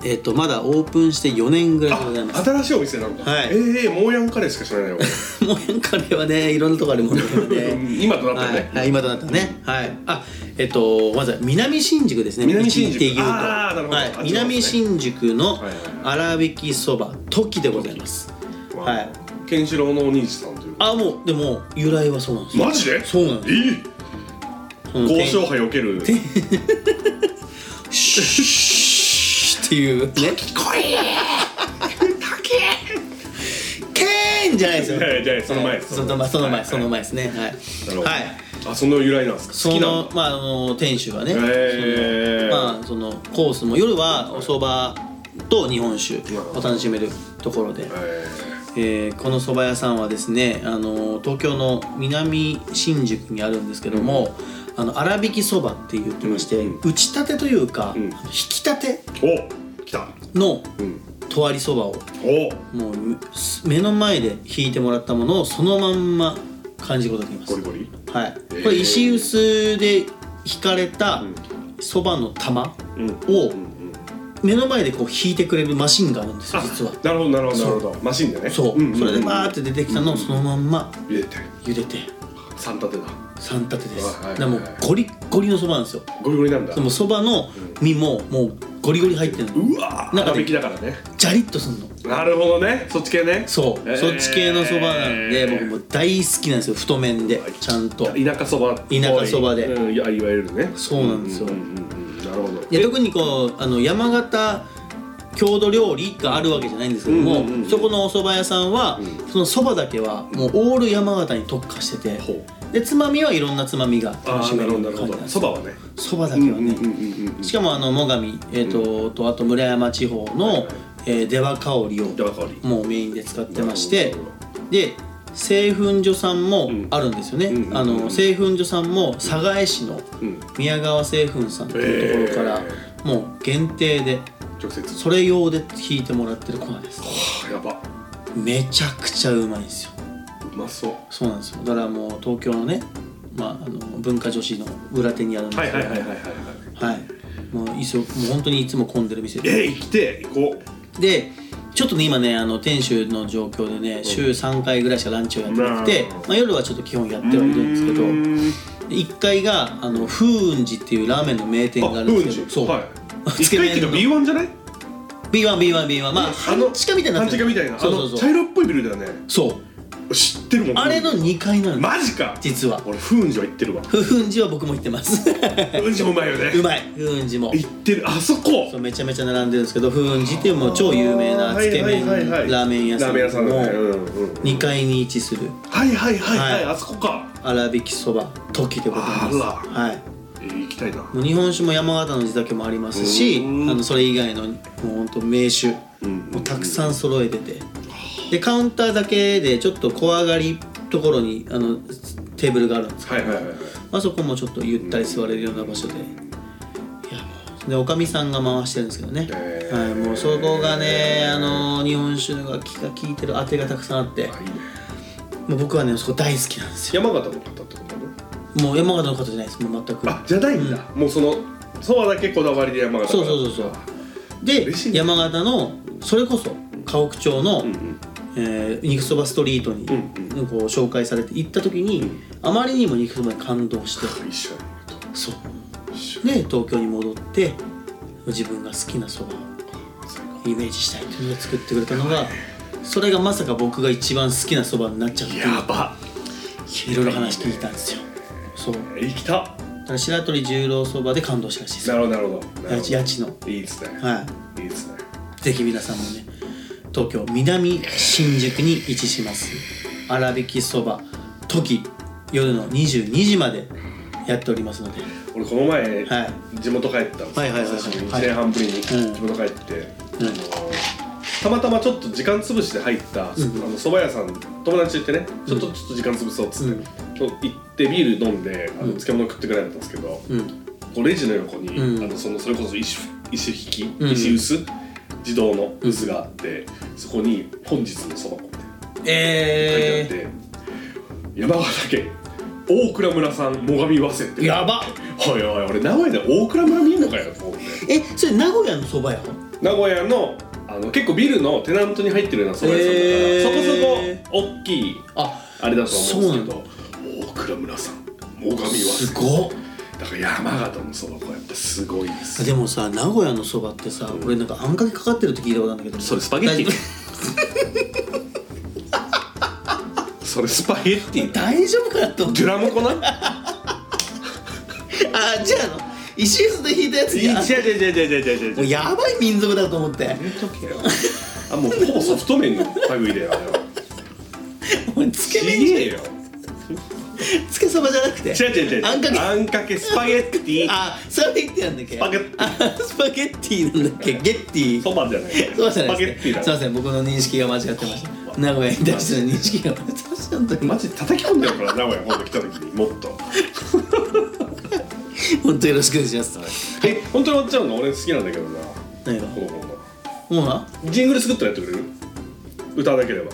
えっ、とまだオープンして4年ぐらいでございます
あ新しいお店なんだ、
はい
ええモーヤンカレーしか知らないよ
もう変カレーはねいろんなとこあるもんね
うん今となってはね
はい、はい今となったらね、はいあえっ、とまずは南新宿ですね
南新宿
道に行って言うと
あーなるほど
は
あっ
い
ちの方ですね
南新宿の
はいはい
粗挽きそば時でございますはい
ケンシロウのお兄さんという
あもうでも由来はそうなんですよ
マジで
そうなん
え
です
え
交
交渉杯をける聞
シュッシュッっていうね
こえ
ケーンじゃないですよ
いやいやいやその前
はい
です
その前その前
はいはい
その前ですねはい
なるほど
はい
あその由来なんですか
そ
好きなん
の
だ
まああの店主がね
へえ
まあそのコースも夜はお蕎麦と日本酒を楽しめるところで
え
えーこの蕎麦屋さんはですねあの東京の南新宿にあるんですけどもあの粗挽きそばって言ってまして
うん
打ちたてというか
うん
引きたて
ーお来た
の
うん
とわりそばを
お
もうむ目の前で引いてもらったものをそのまんま感じることができま
ゴリ
す
ゴリ
はい
ー
これ石臼で引かれたそばの玉
うん
を
うんうん
目の前でこう引いてくれるマシンがあるんですよ
あ
実は
なるほどなるほどなるほどマシンでね
そう、
んんん
それでバーって出てきたのをそのまんま
入れて
茹でて
三立てだ
三立てです、
はいはいはい
だからもうゴリッゴリのそばなんですよ
ゴリゴリなんだ
でもそばの身ももうゴリゴリ入ってるの
うわー
なんか
中引きだからね
ジャリッとすんの
なるほどねそっち系ね
そう、
えー
そっち系のそばなんで僕も大好きなんですよ太麺でちゃんと
田舎そばっぽい
田舎そばで
うんいやいわゆるね
そうなんですよ
うんうんうんなるほど
で特にこうあの山形郷土料理があるわけじゃないんですけども、
うんうんうん
そこのお蕎麦屋さんは、その蕎麦だけはもうオール山形に特化してて、
ほ
でつまみはいろんなつまみが
あ
楽し
ーな
め
る
る
ほ
感
どな
じ
る
な
ほ
んで
ど
す
そばはね
蕎麦だけはね、
うんうんうん
しかもあの最上、えーととあと村山地方の、
はいはい
えー出羽香りを
出羽香織
もうメインで使ってまして
なるほ
で製粉所さんも
ん
あるんですよね、
うんうんうん
あの製粉所さんも寒河江市の
うん
宮川製粉さんというところから、もう限定で
直接
それ用で引いてもらってる粉です
はあやば
めちゃくちゃうまいんですよ
うまそう
そうなんですよだからもう東京のね、まあ、あの文化女子の裏手にあるんです
はい
けど
はいはいはいはいはい
はいもういっそもう本当にいつも混んでる店で
えー行きてえ行こ
でちょっとね今ねあの店主の状況でね週3回ぐらいしかランチをやってなくて
うん、
まあ、夜はちょっと基本やっ
う
てはいるんですけど
うーん
1階があの風雲寺っていうラーメンの名店があ
あ
るん
うん
で
じ
すけどそう、
はい
つ
一
け
回
麺
行け
の
ど B1 じゃない
B1B1B1 まあ
あの
半地下みたいにな
半
って
地下みたいなあ
そうそう
の
そう
茶色っぽいビルだよね
そう
知ってるもん
あれの2階なんです
マジか
実は
俺フーンジは行ってるわ
風雲寺は僕も行ってます
フーンジもうまいよね
うまい風雲寺も
行ってるあそこ
そうめちゃめちゃ並んでるんですけど風雲寺っていうもう超有名なつけ麺ラ
はいはいはいはい
ーメン屋さ
ラー
ん
メン屋さんだね
の
うんうん
2階に位置する
はいはいはいはい、
はい
あそこか
粗挽きそば時でございます
あ
はい
えー行きたいな
もう日本酒も山形の地酒もありますしあ
うん
のそれ以外のもうほんと名酒
うん
もうたくさん揃えててでカウンターだけでちょっと小上がりところにあのテーブルがあるんですけ
はいはいはいはい
ど、まあ、そこもちょっとゆったり座れるような場所でいやもうでおかみさんが回してるんですけどね、
へ
は
ー
い、もうそこがねあの日本酒が効いてるあてがたくさんあっ
あ
て
いいね
もう僕はねそこ大好きなんですよ
山形の方ってことね
もう山形の方じゃないですもう全く
あじゃないんだ、もうそのそばだけこだわりで山形
そうそうそうそうで
嬉しいね
山形のそれこそ河北町の、
うん
えー肉そばストリートに、
うん
こう紹介されて行った時に、あまりにも肉そばに感動して
うん一緒に
そう
一緒に
で東京に戻って自分が好きなそばを
最高
イメージしたいっていうのを作ってくれたのがそれがまさか僕が一番好きなそばになっちゃうっていう
やば
いろいろ話聞いたんですよそうだ
生きた
から白鳥十郎そばで感動したらしいです
な
よ
るほどなるほどなる
八
ほ
千八千の
どいいですね
はい
いいですね
いぜひ皆さんもね東京南新宿に位置します粗挽きそば時夜の22時までやっておりますので
俺この前、
は
地元帰ったんですよ
はいはいはいはい
1
はい
年半ぶりに
うん
地元帰って、
うん
あのたまたまちょっと時間潰しで入った、あ
ん
の蕎麦屋さん友達と行ってねちょっとちょっと時間潰そうっつって、
うん
と行ってビール飲んであの漬物食ってくれたんですけど、
うん
こうレジの横に、
うん
あのそのそれこそ石石引
うん
き石臼自動の臼があって、そこに「本日のそば粉」って書いてあっ
え
て、山形県大倉村産最上早生っ
ー、
て
やば
おいおい俺名古屋で大倉村見んのかよと思って
えそれ名古屋のそば屋
名古屋のあの結構ビルのテナントに入ってるようなそば屋さんだから、
へー
そこそこ大きい
あ
あれだと思うんですけど大倉村産最上早
す
生
ごっ
だから山形のそば粉やっぱすごいです
でもさ名古屋のそばってさ、俺なんかあんかけかかってるって聞いたことあるんだけど
それスパゲッティ
大丈
それスパゲッティ
夫大丈夫かなと思って
デュラムコな
あじゃああの石臼で引いたやつ
いや
にあ
違う違う違う違う違う
もう
違う
やばい民族だと思って
やめとけよあもうほぼソフト麺の類だよあれは
俺つ
ち
け
げ
麺
えよ
つけそばじゃなくて
違う違う違う
あんかけ
あんかけスパゲッティ
あそれ言ってなんだっけ
スパゲッテ
ィスパゲッティなんだっけゲッティ
そばじゃない
そうじゃ
ス
な
パ
い
ゲ
で
ッ
す
ティ
ね
だ
すいません僕の認識が間違ってました 名古屋に対しての認識が間違ってました本当に
マジ叩き込んでよから名古屋今度来た時にもっと
本当よろしくお願いします
え本当に終わっちゃうの俺好きなんだけどな
何が
このこ
もうな
のジングル作ったらやってくれる歌だければ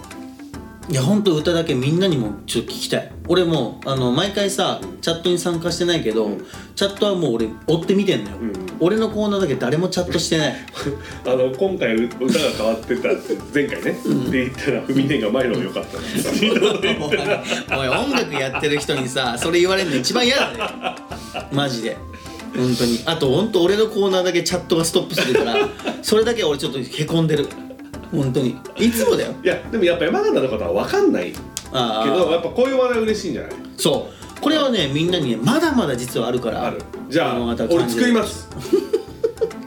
いや本当歌だけみんなにもちょっと聞きたい俺もうあの毎回さチャットに参加してないけど、チャットはもう俺追って見てんのよ、
んうん
俺のコーナーだけ誰もチャットしてない
あの今回歌が変わってたって前回ね、で言ったら「踏み点が前の方が良かったな」
おい おい音楽やってる人にさそれ言われるの一番嫌だねマジで本当にあと本当俺のコーナーだけチャットがストップするからそれだけ俺ちょっとへこんでる本当にいつもだよ
いやでもやっぱ山形の方は分かんないけ
ああ
どやっぱこういう話題嬉しいんじゃない
そうこれはねみんなにねまだまだ実はあるから
あるじゃあ
山形を
俺
感じ
作
る
ります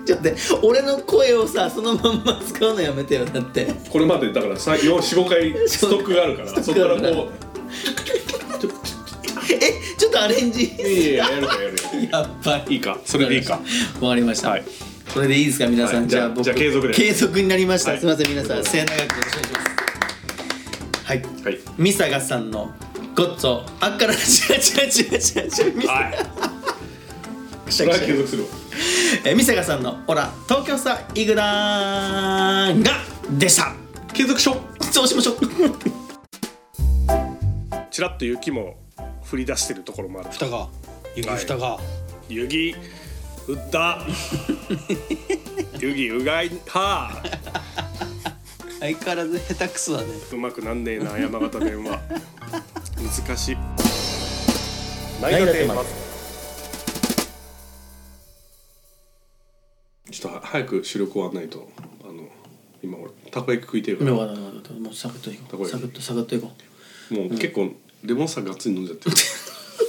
ちょっと待って俺の声をさそのまんま使うのやめてよだって
これまでだからさよん45回ストックがあるから
スト
そ
ッ
こ
ク
か
が
ら
あるから
こ
えちょっとアレンジ
ういやいややるかやるかやる
やっぱ
いいかそれでいいか
わかりました、
はい
それでいいですか皆さん、
はい
じゃあ
じゃあ
僕
じゃあ継続で
継続になりました、
はい
すみません皆さん末永くよろしくお願いしますはい
はい
ミサガさんのゴッツォあっからちらちらちらちらちらミサ
はい
くし
そ
ゃ
れ
く
は
しゃ
継続するわ
えーミサガさんの「オラ東京さイグダーンが」でした
継続しよ
そうしましょう
うちらっと雪も降り出してるところもある
蓋が雪蓋が、
雪うった雪うがいは
相変わらず下手くそだね
うまくなんねえな山形弁は難しい
内田天
ちょっと早く収録終わんないとあの今俺たこ焼き食いてるから
も
も
うわかったわかったもうサクッといこ
こ
う
いい
サクッとサクッといこう
う結構レモンサワーがっつり飲んじゃってる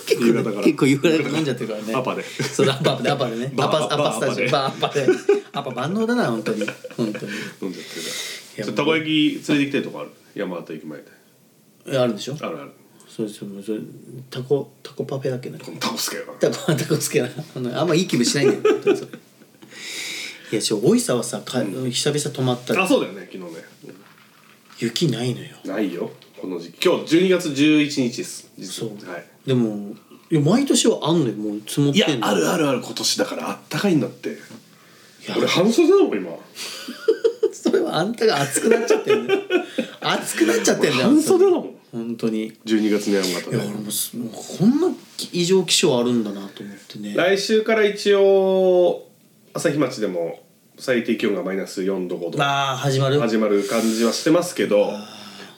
結構
夕方から
結構夕方から飲んじゃってるからね
アパで
そうアパでアパでね
バ
アパア
バ
パスタジオバーアパでアパ万能だな本当に本当に
飲んじゃってるからちょ
や
っとたこ焼き連れてきたいとこある山形駅前で
えあるでしょ
あるある
そうですよそれタコタコパフェだっけなタ
こ
コ
のタコ好きやな
タコ好きなあのあんまいい気分しないんだよ本当にそれいやちょおいさはさか久々泊まったら
あそうだよね昨日ね
雪ないのよ
ないよこの時期今日12月11日です実
そ
は
う
はい
でもいや毎年はあんのよもう積もっ
いや
てんの
あるあるある今年だからあったかいんだって
や
俺半袖だもん今
それはあんたが熱くなっちゃってんだよ熱くなっちゃってんだよ
半袖だもん
本当に
12月の山形
いや俺
ね
もすもうこんな異常気象あるんだなと思ってね
来週から一応朝日町でも最低気温がマイナス4度5度
まあ始まる
始まる感じはしてますけど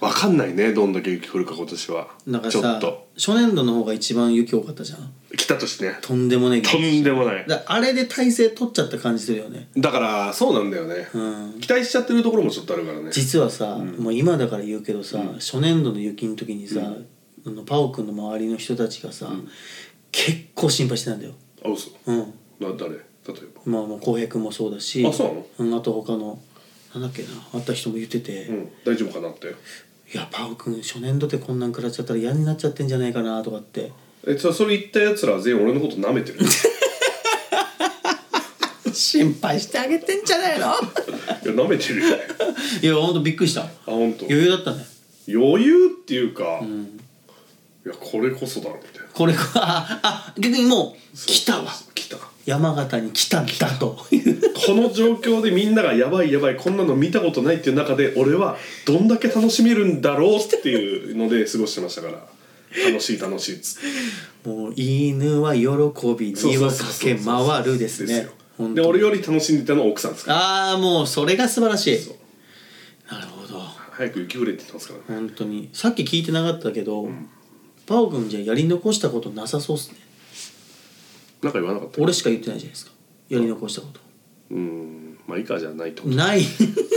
わかんないねどんだけ雪降るか今年は
なんか
ちょっ
さ
と
初年度の方が一番雪多かったじゃん
来たとしてね
とんでもねえ
とんでもない
だあれで体勢取っちゃった感じするよね
だからそうなんだよね、
うん
期待しちゃってるところもちょっとあるからね
実はさ、もう今だから言うけどさ、初年度の雪の時にさ、あのパオくんの周りの人たちがさ、結構心配してたんだよ
あ嘘
うん
な誰例えば
まあもう浩平君もそうだし
あそうなの
うん、あと他のなんだっけな会った人も言ってて、
う
い
ん大丈夫かなって
やパオくん初年度でこんなん食らっちゃったら嫌になっちゃってんじゃないかなとかって
えそそれ言ったやつらは全員俺のこと舐めて るい
心配してあげてんじゃないの
や舐めてるよね
いやほんとびっくりした
あ本当。
余裕だったね
余裕っていうか、いやこれこそだろみたいな
これああ逆にもう来たわ
来たこ
山形に来たんだと いう
の状況でみんながやばいやばいこんなの見たことないっていう中で俺はどんだけ楽しめるんだろうっていうので過ごしてましたから楽しい楽しいっつって
もう犬は喜びには駆け回るです
です
ね
よ
本
で
当
俺より楽しんでたのは奥さんですから
ああもうそれが素晴らしい
そう
なるほど
早く雪降れって言ってますからね
本当にさっき聞いてなかったけど、パオ君じゃやり残したことなさそうっすね
なんか言わなかった
俺しか言ってないじゃないですかやり残したこと
うんまあ以下じゃないと
ない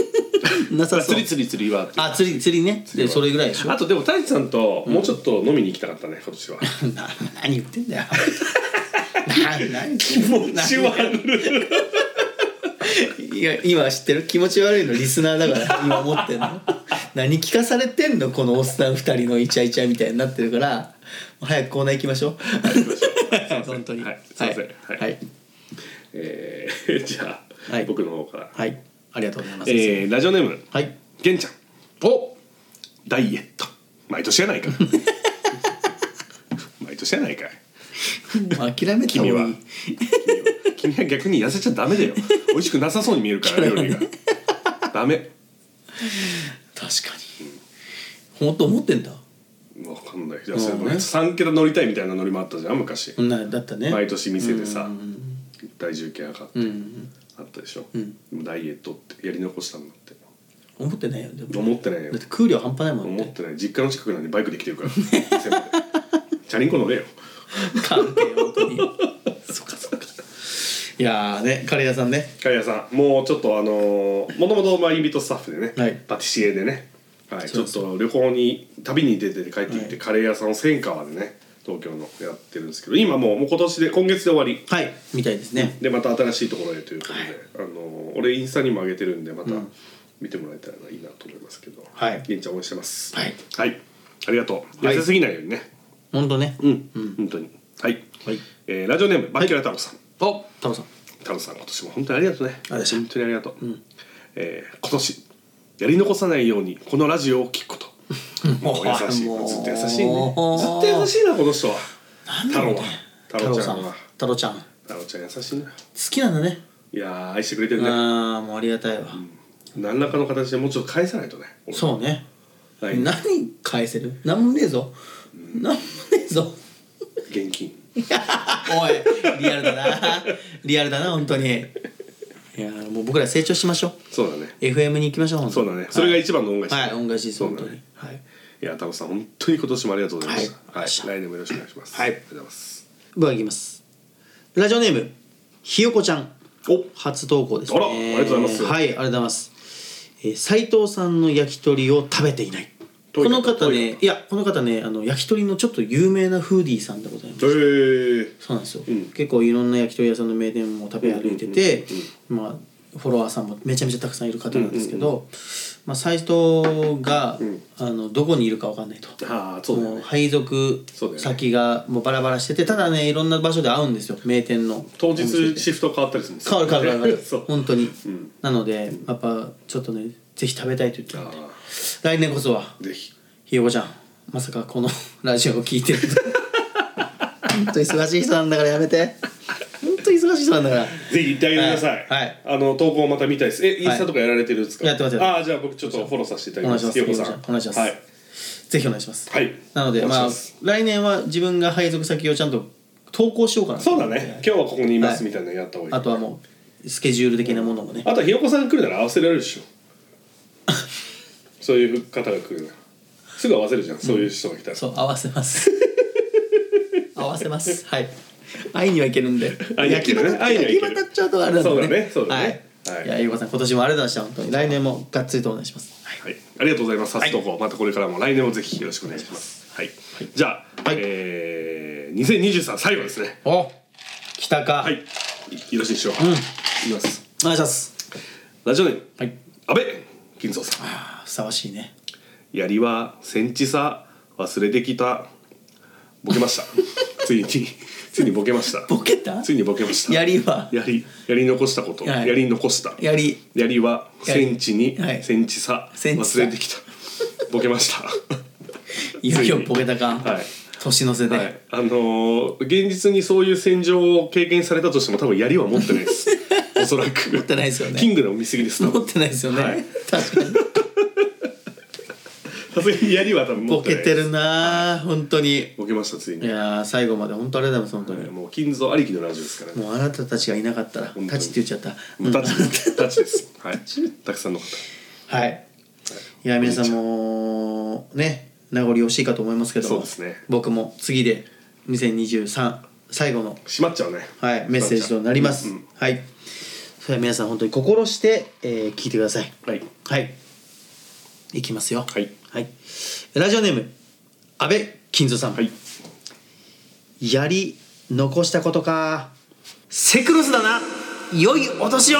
な
ま
さ
あ
そう
釣り釣り釣りは
あ釣り釣りねでそれぐらいでしょ
あとでも太一さんともうちょっと飲みに行きたかったね、今年は
な何言ってんだ よな 何気
ち悪い
いや今知ってる気持ち悪いのリスナーだから今思ってんの何聞かされてんのこのおっさん二人のイチャイチャみたいになってるからもう早くコーナー行きましょう 本当に
はいすいません
はい
は
はいい、
えー、 じゃあ、
はい
僕の方から、
はいありがとうございます、
えー、ラジオネーム
はい
げんちゃんおダイエット毎年やない か毎年やないかい
もう諦めた方
君
が
はい
い
君は逆に痩せちゃダメだよ美味しくなさ そうに見えるから料理がダメ
確かに本当思ってんだ
わかんないじゃあそれ
そうね
3桁乗りたいみたいな乗りもあったじゃん昔、
なだったね
毎年店でさ体重計上がって、あったでしょ、でもダイエットってやり残したんだって
思ってないよでも
思ってないよ
だって空量半端ないもん
思っ
ね
てない実家の近くなんでバイクで来てるから店までチャリンコ乗れよ
関係本 当にそっかそっかいやーねカレー屋さんね
カリアさんもうちょっとあのもともとインビートスタッフでね、
はい
パティシエでね、はい、ち
そ
ょ
う
っ
そ
と旅行に旅に出て帰ってきて、
はい
カレー屋さんを千川でね東京のやってるんですけど今もうもう今年で今月で終わり
はいみたいですね
でまた新しいところへということで、あの俺インスタにも上げてるんでまた見てもらえたらいいなと思いますけど、
はい
現地応援してます
はい、
はい、ありがとう
は
痩
い
せすぎないようにね、
本当ね
うん、本当にはい、
はい
えーラジオネームバッキュラ太郎さん、
おタロさん
太郎さん今年も本当にありがとうね
ありがとう
本当にありがとう、えー今年やり残さないようにこのラジオを聞くこともう優しい
もう
ずっと優しいね
もう
ずっと優しいなこの人は太郎は
タ
太郎
ロ
ちゃ
さ
んは
んタロちゃん好
太郎ちゃん優しいな
きなんだね
いやー愛してくれてるね
ああもうありがたいわ
何らかの形でもうちょっと返さないとね
そうね
うはい
何返せる何もねえぞ何もねえぞ
現金
おいリアルだなリアルだな本当にいやーもう僕ら成長しましょう
そうだね
FM に行きましょう本当
そうだね、それが一番の恩返し、
はい恩返しです
そう
本
だ
当
ね
にはい
いや太郎さん本当に今年もありがとうございました、
はい
来年もよろしくお願いします
はい
ありがとうございます
僕はいきますラジオネームひよこちゃん
お
初投稿ですね
あらありがとうございます
はいありがとうございます斎、えー斉藤さんの焼き鳥を食べていない
どう
こ
いうこ
の
と
方
どういう
ねいやこの方ねあの焼き鳥のちょっと有名なフーディーさんでございます
へー
そうなんですよ、
うん
結構いろんな焼き鳥屋さんの名店も食べ歩いてて、まあフォロワーさんもめちゃめちゃたくさんいる方なんですけど、まあ、斉藤が、あのどこにいるかわかんないと
ああそうだよ
もう
ね
配属
そうだよね
先がもうバラバラしててただねいろんな場所で会うんですよ名店の
当日シフト変わったりするんです
変わる変わる変わる
そう
本当に、なのでやっぱちょっとねぜひ食べたいと言ってたんで来年こそは
ぜひ
ひよこちゃんまさかこの ラジオを聞いてると本当忙しい人なんだからやめて本当忙しい人なんだから
ぜひ行ってあげてください、
はいはい
あの投稿また見たいですえインスタとかやられてるんですか、
はいやってますやって
あ
ます
あーじゃあ僕ちょっとフォローさせていただ
お
きま
願いし
す
ます
ひよこさん
ひよこちゃんお願いします
はい、
ぜひお願いします、
はい
なので
お願いし
まあ
ます
来年は自分が配属先をちゃんと投稿しようかなと
そうだね今日はここにいますみたいなのやった方がいい、
あとはもうスケジュール的なものもね、
あとはひよこさん来るなら合わせられるでしょそういう方が来るならすぐ合わせるじゃんそういう人が来たら、
そう合わせます 合わせますはい愛にはいけるんで
愛にはいけるね
焼き場
愛にはいける
焼き場立っちゃうとあれなん
そうだ
で
ねそうだ
は
ね
い
はい
いやゆうこさん今年もありがとうございました本当に来年もがっつりとお願いしますはい
はい、ありがとうございます。早速、またこれからも来年もぜひよろしくお願いします。はい、じゃあ、
はい
えー、2023最後ですね。
お来たか
はい、
い
いよろしいでしょうか。いきます。
お願いします
ラジオネーム、
はい
安倍金蔵さん。
あーふさわしいね
槍はセンチ差忘れてきた。ボケま した。ついに、ついにボケました。
ボケた
ついにボケました。
やりは
やり、やり残したこと、
はい
やり残した。
やり
やりはセンチに、
はい
センチ差
センチ
忘
差
れて きた。ボケました。
いよいよボケたか
はい
年の瀬
は
で
い、あのー現実にそういう戦場を経験されたとしても多分槍は持ってないです おそらく持って
ないですよね
キングダム見過ぎです多
持
分
ってないですよ
はい
ね確かに
さすがに槍は多分持
ボ
って
ケ
ない
てるなー本当に
ボケましたつい
い
に
やー最後まで本当ありがとうございます本当に
もう金蔵ありきのラジオですからね
もうあなたたちがいなかったら
に
「たち」って言っちゃった
もうタッチですタッチですはいたくさんの方
はいいや皆さんもね名残惜しいかと思いますけども
そうですね
僕も次で2023最後の、
閉まっちゃうね
はい、メッセージとなります、
うん
はいそれでは皆さん本当に心して、えー聞いてください
はい
はいいきますよ
はい、
はい、ラジオネーム安倍金蔵さん、
はい
やり残したことかセクロスだな良いお年を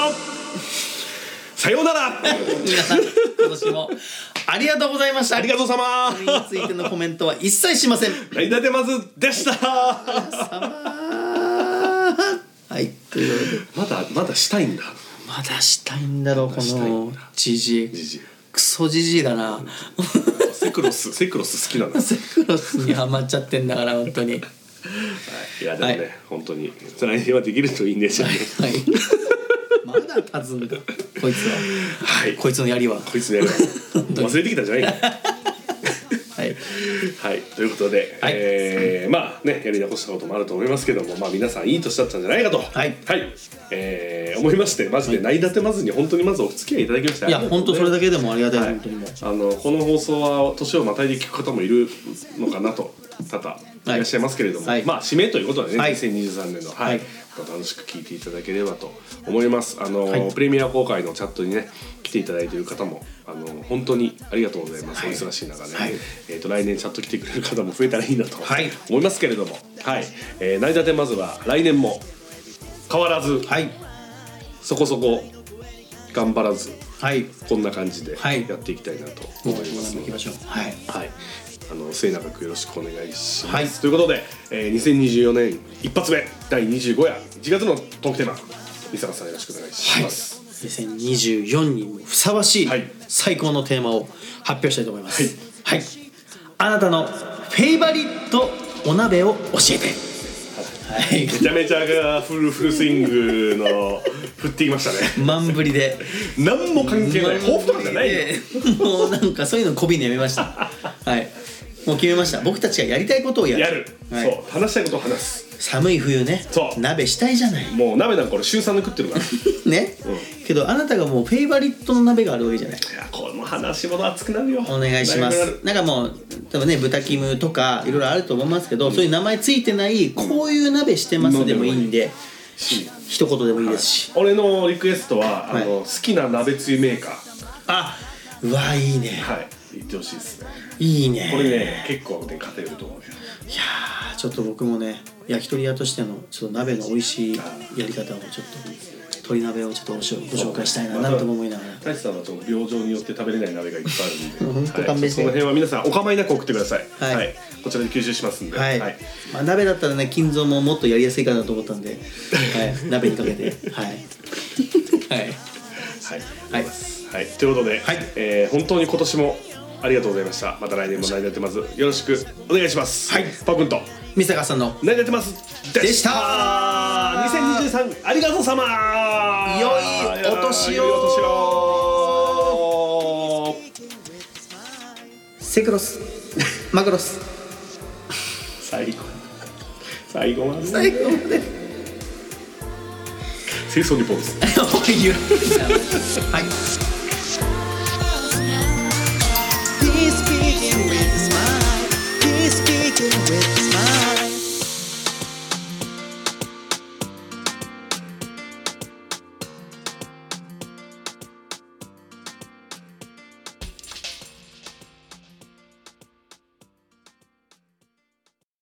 さようなら
皆さん今年も ありがとうございました
ありがとうさま
それについてのコメントは一切しません
ライダーデマズでした
はいということで
まだまだしたいんだ
まだしたいんだろうこ
したいん
のじじい
ジジイ
クソじじいだな
セクロ スセクロス好きなんだ
セクロスにハマっちゃってんだから本当に
いやでもね、
はい
本当に来年はできるといいんですよね。
はいまだ立つんだこいつは
はい。こ
こいつのやりは
こいつね、 忘れてきたんじゃないの。
はい
はい。ということで、
はい
えーまあねやり残したこともあると思いますけども、まあ皆さんいい年だったんじゃないかと、はいえー思いまして、マジでないだてまずに本当にまずお付き合いいただきまして、
いや本当それだ
け。
けでもありがたい、
はい
本当にもう
あのこの放送は年をまたいで聞く方もいるのかなと多々いらっしゃいますけれども、
はい
まあ締めということでね、
はい
2023年の、は
はいい
また楽しく聞いていただければと思いますあの、
はい
プレミア公開のチャットにね来ていただいている方もあの本当にありがとうございます、お忙しい中ね、
はい
えー、と来年チャット来てくれる方も増えたらいいなと
はい
思いますけれどもはい、えー、成り立てまずは来年も変わらず
はい
そこそこ頑張らず
はい
こんな感じで
はい
やっていきたいなと
も
思
う
います
行
の
き
で
ま。しょうはい
はい、あの末永くよろしくお願いします。
はい
ということで、えー、2024年一発目第25夜1月のトークテーマ三坂さんよろしくお願いします。
2024にもふさわしい
はい
最高のテーマを発表したいと思いますはい、あなたのフェイバリットお鍋を教えてはい
めちゃめちゃがフルフルスイング の振ってきましたね。
満振りで
何も関係ない。抱負とかじゃないよ。
よもうなんかそういうのこびんのやめましたはいもう決めました僕たちがやりたいことをやる
やる、
はい
そう話したいことを話す。
寒い冬ね
そう
鍋したいじゃない
もう鍋なんか俺週三で食ってるから。い
ね、けどあなたがもうフェイバリットの鍋があるわけじゃない
やこの話も熱くなるよ。
お願いしま
だぶなる
すなんかもう多分ね豚キムとかいろいろあると思いますけど、そういう名前ついてないこういう鍋してますでもいいんで、
し
一言でもいいですし、
俺のリクエストはあの、
はい
好きな鍋つゆメーカー
あうわいいね
はい言ってほしいですね。
いいね
これね結構ね勝てると思うよ
いやーちょっと僕もね焼き鳥屋としてのちょっと鍋の美味しいやり方をちょっと鶏鍋をちょっとご紹ご紹介したいななんとも思いながら
大地さんはちょっと病状によって食べれない鍋がいっぱいあるんで
本当勘弁して
はいその辺は皆さんお構いなく送ってください、は
はいい
こちらで吸収しますんで、
はい、まあ、鍋だったらね金蔵ももっとやりやすいかなと思ったんで、はい、鍋にかけてはいは
は
い
い
はい
はいということで、
はい
えー本当に今年もありがとうございましたまた来年も「成り立ってます」よろしくお願いします
はい
パオ君と
三坂さんの
「成り立ってます」で
で
し
したた
2023ありがとうさま
良いお年
良い
を
お年を
セクロスマクロス
最後最後まで
最後まで
清掃にポーズ
言うはい
This beats with
with